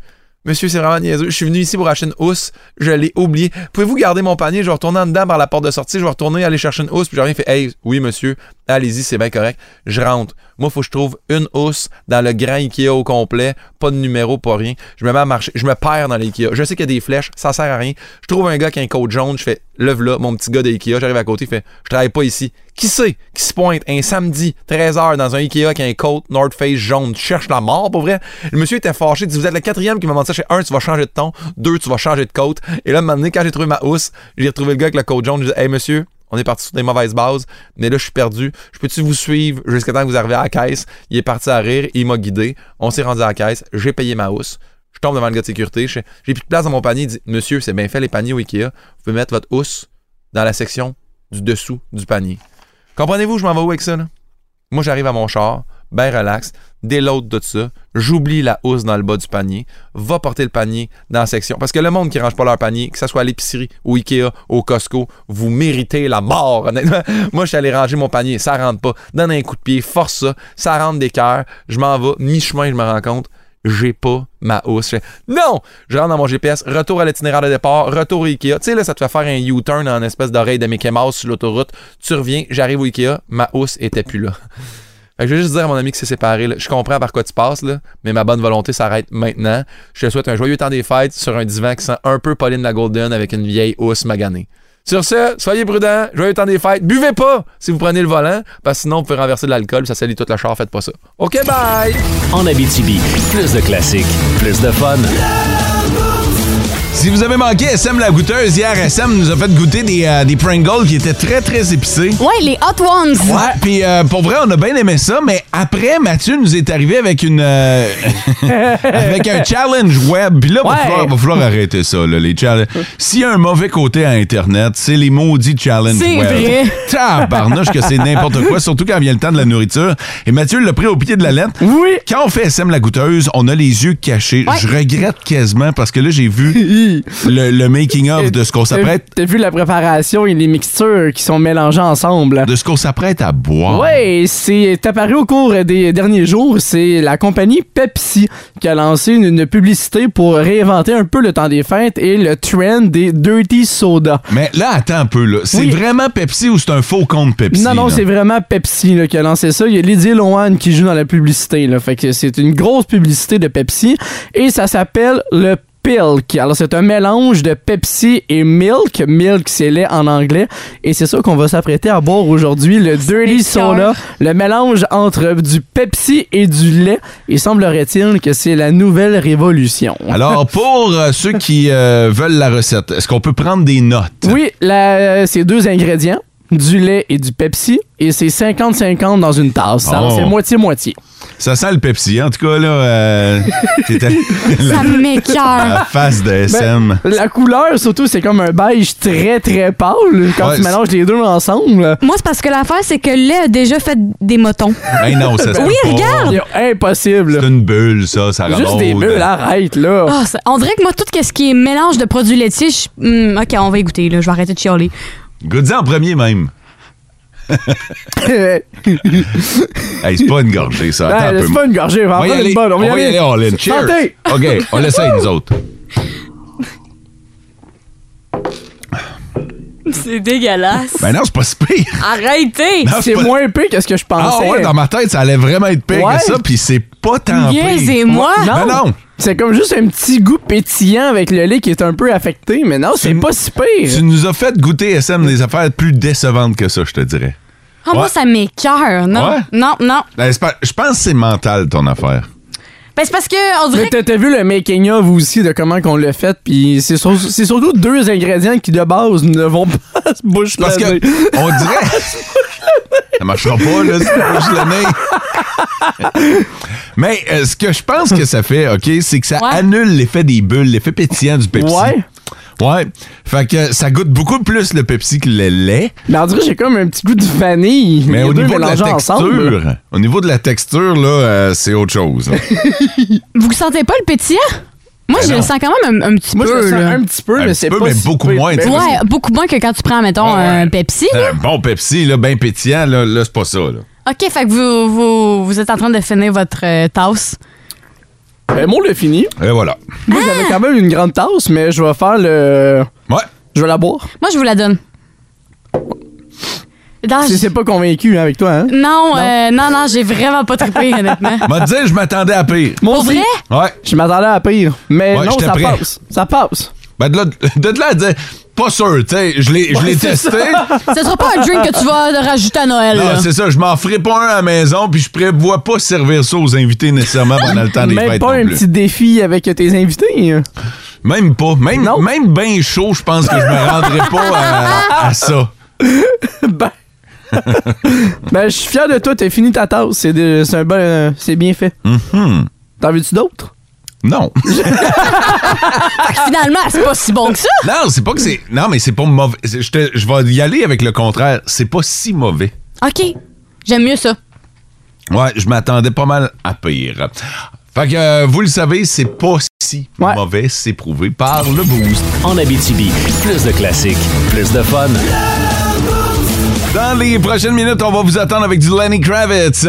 M: monsieur, c'est vraiment niaiseux. Je suis venu ici pour acheter une housse, je l'ai oublié. Pouvez-vous garder mon panier? Je vais retourner en dedans par la porte de sortie, je vais retourner aller chercher une housse, puis je reviens fait Hey, oui monsieur, allez-y, c'est bien correct. Je rentre. Moi, faut que je trouve une housse dans le grand Ikea au complet, pas de numéro, pas rien. Je me mets à marcher, je me perds dans l'Ikea. Je sais qu'il y a des flèches, ça sert à rien. Je trouve un gars qui a un coat jaune, je fais lève là, mon petit gars de Ikea, j'arrive à côté, il fait je travaille pas ici. Qui sait qui se pointe un samedi 13h dans un Ikea qui a un coat North Face jaune, tu cherches la mort pour vrai. Le monsieur était fâché, il dit vous êtes le quatrième qui m'a demandé ça, chez un tu vas changer de ton, deux tu vas changer de coat. Et là, un moment donné, quand j'ai trouvé ma housse, j'ai retrouvé le gars avec le coat jaune, j'ai dit hey monsieur, on est parti sur des mauvaises bases, mais là, je suis perdu. Je peux-tu vous suivre jusqu'à temps que vous arrivez à la caisse? Il est parti à rire, il m'a guidé. On s'est rendu à la caisse, j'ai payé ma housse. Je tombe devant le gars de sécurité, je fais, j'ai plus de place dans mon panier. Il dit Monsieur, c'est bien fait les paniers au Ikea. Vous pouvez mettre votre housse dans la section du dessous du panier. Comprenez-vous, je m'en vais où avec ça, là? Moi, j'arrive à mon char, ben relax, déload de ça, j'oublie la housse dans le bas du panier, va porter le panier dans la section. Parce que le monde qui range pas leur panier, que ce soit à l'épicerie, au Ikea, au Costco, vous méritez la mort, honnêtement. Moi, je suis allé ranger mon panier, ça rentre pas. Donne un coup de pied, force ça, ça rentre des cœurs, je m'en vais, mi-chemin, je me rends compte, j'ai pas ma housse. Je fais, non! Je rentre dans mon GPS, retour à l'itinéraire de départ, retour au Ikea. Tu sais, là, ça te fait faire un U-turn en espèce d'oreille de Mickey Mouse sur l'autoroute. Tu reviens, j'arrive au Ikea, ma housse était plus là. Fait que je vais juste dire à mon ami qui s'est séparé, là, je comprends par quoi tu passes, là, mais ma bonne volonté s'arrête maintenant. Je te souhaite un joyeux temps des fêtes sur un divan qui sent un peu Pauline la Golden avec une vieille housse maganée. Sur ce, soyez prudents, joyeux temps des fêtes. Buvez pas si vous prenez le volant, parce que sinon, vous pouvez renverser de l'alcool, puis ça salit toute la char, faites pas ça. OK, bye!
B: En Abitibi, plus de classiques, plus de fun.
C: Si vous avez manqué SM la goûteuse, hier, SM nous a fait goûter des, euh, des Pringles qui étaient très, très épicés.
D: Ouais, les Hot Ones.
C: Ouais, puis euh, pour vrai, on a bien aimé ça, mais après, Mathieu nous est arrivé avec une euh, avec un challenge web. Puis là, il va,
M: Ouais.
C: falloir, va falloir arrêter ça, là, les challenges. S'il y a un mauvais côté à Internet, c'est les maudits challenges
J: C'est
C: web.
J: vrai.
C: Tabarnouche que c'est n'importe quoi, surtout quand vient le temps de la nourriture. Et Mathieu l'a pris au pied de la lettre. Oui. Quand on fait SM la goûteuse, on a les yeux cachés. Je regrette quasiment parce que là, j'ai vu le, le making-of de ce qu'on
E: T'as-
C: s'apprête
E: T'as vu la préparation et les mixtures qui sont mélangées ensemble.
C: de ce qu'on s'apprête à boire.
E: Ouais, c'est apparu au cours des derniers jours. C'est la compagnie Pepsi qui a lancé une, une publicité pour réinventer un peu le temps des fêtes et le trend des dirty soda.
C: Mais là, attends un peu. là. C'est
E: Oui.
C: vraiment Pepsi ou c'est un faux compte Pepsi?
E: non, non,
C: là?
E: c'est vraiment Pepsi là, qui a lancé ça. Il y a Lydie Lohan qui joue dans la publicité. Là. Fait que c'est une grosse publicité de Pepsi et ça s'appelle le Pilk. Alors, c'est un mélange de Pepsi et Milk. Milk, c'est lait en anglais. Et c'est ça qu'on va s'apprêter à boire aujourd'hui, le Dirty Soda, le mélange entre du Pepsi et du lait. Et semblerait-il que c'est la nouvelle révolution.
C: Alors, pour euh, ceux qui euh, veulent la recette, est-ce qu'on peut prendre des notes?
E: Oui, la- euh, c'est deux ingrédients, du lait et du Pepsi, et c'est 50-50 dans une tasse. Alors,
C: Oh.
E: C'est moitié-moitié.
C: Ça sent le Pepsi. En tout cas, là, euh, c'était
D: Ça
C: la, la
D: m'écœure.
C: face de SM.
E: Ben, la couleur, surtout, c'est comme un beige très, très pâle quand
C: Ouais,
E: tu mélanges les deux ensemble.
D: Moi, c'est parce que l'affaire, c'est que le lait a déjà fait des motons.
C: Ben non, ça se
D: Oui,
C: peut pas.
D: regarde!
E: Impossible.
C: C'est une bulle, ça, ça
E: Juste
C: remonte.
E: des bulles, hein. arrête, là.
D: Ah, ça- on dirait que moi, tout ce qui est mélange de produits laitiers, je... Hmm, OK, on va écouter, là. Je vais arrêter de chialer.
C: Goûte-en en premier, même. Hey, c'est pas une gorgée, ça. Ah. Attends
E: Ouais,
C: un peu.
E: Ben, c'est pas une gorgée, on va en
C: y
E: prendre une
C: aller.
E: bonne, on va y
C: y
E: aller.
C: aller all in. Cheers.
E: Santé.
C: OK, on l'essaye, nous autres.
D: C'est dégueulasse.
C: Ben non, c'est pas si pire.
D: Arrêtez!
C: Non, Ah, c'est pas-
E: moins pire que ce que je
C: Ah ouais, dans ma tête, ça allait vraiment être pire
E: Ouais.
C: que ça, puis c'est pas tant pire.
E: Ah, Non,
C: Ben non.
E: C'est comme juste un petit goût pétillant avec le lait qui est un peu affecté, mais non, c'est pas si pire.
C: Tu nous as fait goûter, SM, des affaires plus décevantes que ça, je te dirais.
D: Ah, moi,
C: Ouais.
D: ça m'écœure, non?
C: Ouais?
D: Non, non.
C: Ben, c'est pas- je pense que c'est mental, ton affaire.
D: Ben, c'est parce que, on
E: Mais
D: dirait que...
E: t'as- t'as vu le making of aussi de comment qu'on l'a fait, puis c'est sur- c'est surtout deux ingrédients qui de base ne vont pas se bouche
C: Parce que
E: laver.
C: on dirait- Ça marchera pas, là, si je le mets. Mais euh, ce que je pense que ça fait, OK, c'est que ça
E: Ouais.
C: annule l'effet des bulles, l'effet pétillant du Pepsi.
E: Ouais.
C: Ouais. Fait que ça goûte beaucoup plus le Pepsi que le lait.
E: Mais on dirait que j'ai comme un petit goût de vanille.
C: Mais
E: Les
C: au
E: deux
C: niveau de la
E: mélangés
C: texture,
E: ensemble.
C: au niveau de la texture, là, euh, c'est autre chose. là.
D: Vous sentez pas le pétillant? Moi,
C: Ben
D: je
C: non.
D: le sens quand même un, un petit
E: Moi, je
D: peu.
E: le sens
D: là.
E: un petit peu,
C: Un
E: mais
C: petit
E: c'est
C: peu,
E: pas
C: mais
E: si
C: beaucoup
E: pire.
C: moins, tu sais.
D: Ouais, beaucoup moins que quand tu prends, mettons, un Pepsi. là.
C: Ah Un bon Pepsi, là, bien pétillant, là, là, c'est pas ça. Là.
D: OK, fait que vous, vous, vous êtes en train de finir votre euh, tasse.
E: Ben, moi, on l'a fini.
C: Et voilà.
E: Moi,
D: Ah!
E: j'avais quand même une grande tasse, mais je vais faire le.
C: Ouais.
E: Je vais la boire.
D: Moi, je vous la donne. Non,
E: Si c'est pas convaincu hein, avec toi, hein?
D: non, euh, non, non, j'ai vraiment pas trippé, honnêtement.
C: M'a dit, je m'attendais à pire.
E: Mon
D: vrai?
C: Ouais.
E: Je m'attendais à pire. Mais
C: Ouais,
E: non,
C: j'étais
E: ça
C: prêt.
E: passe. Ça passe.
C: Ben, de là, de là à dire, pas sûr, tu sais, je l'ai je
E: Ouais,
C: l'ai
E: c'est
C: testé.
E: ça.
D: Ce sera pas un drink que tu vas rajouter à Noël. là.
C: Non, c'est ça, je m'en ferai pas un à la maison, puis je prévois pas servir ça aux invités nécessairement pendant le temps des
E: Même
C: fêtes.
E: pas
C: non
E: un
C: plus.
E: petit défi avec tes invités. hein.
C: Même pas. Même, même bien chaud, je pense que je me rendrai pas à, à ça.
E: Ben, je suis fier de toi, t'as fini ta tasse. C'est de- c'est un bon. euh, c'est bien fait.
C: Mm-hmm.
E: T'en veux-tu d'autres?
C: Non.
D: Fait que Ah, finalement, c'est pas si bon que ça.
C: Non, c'est pas que c'est. Non, mais c'est pas mauvais. C'est- Je, te- je vais y aller avec le contraire. C'est pas si mauvais.
D: OK, j'aime mieux ça.
C: Ouais, je m'attendais pas mal à pire. Fait que euh, vous le savez, c'est pas si mauvais, c'est prouvé par le boost.
B: En Abitibi, plus de classiques, plus de fun.
C: Dans les prochaines minutes, on va vous attendre avec du Lenny Kravitz.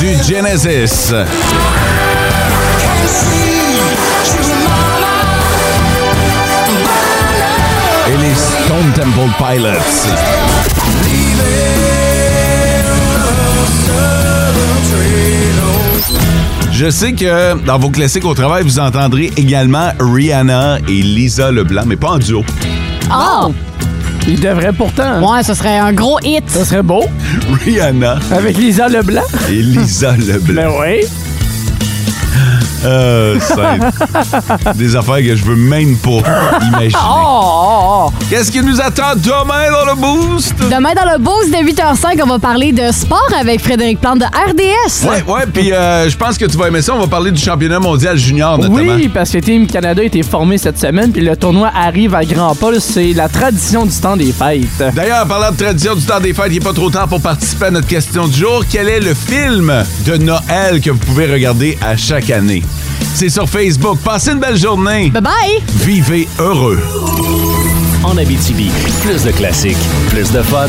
C: Du Genesis. Et les Stone Temple Pilots. Je sais que dans vos classiques au travail, vous entendrez également Rihanna et Lisa Leblanc, mais pas en duo.
D: Oh!
E: Il devrait pourtant.
D: Ouais, ce serait un gros hit.
E: Ce serait beau.
C: Rihanna.
E: Avec Lisa Leblanc.
C: Et Lisa Leblanc.
E: Ben oui.
C: Euh, c'est des affaires que je veux même pas imaginer.
E: Oh, oh, oh.
C: Qu'est-ce qui nous attend demain dans le boost?
D: Demain, dans le boost de 8h05, on va parler de sport avec Frédéric Plante de RDS.
C: Ouais, ouais, puis euh, je pense que tu vas aimer ça. On va parler du championnat mondial junior, notamment.
E: Oui, parce que Team Canada a été formé cette semaine, puis le tournoi arrive à grands pas. C'est la tradition du temps des fêtes.
C: D'ailleurs, en parlant de tradition du temps des fêtes, il n'est pas trop tard pour participer à notre question du jour. Quel est le film de Noël que vous pouvez regarder à chaque année? C'est sur Facebook. Passez une belle journée.
D: Bye bye!
C: Vivez heureux.
B: En Abitibi, plus de classiques, plus de fun.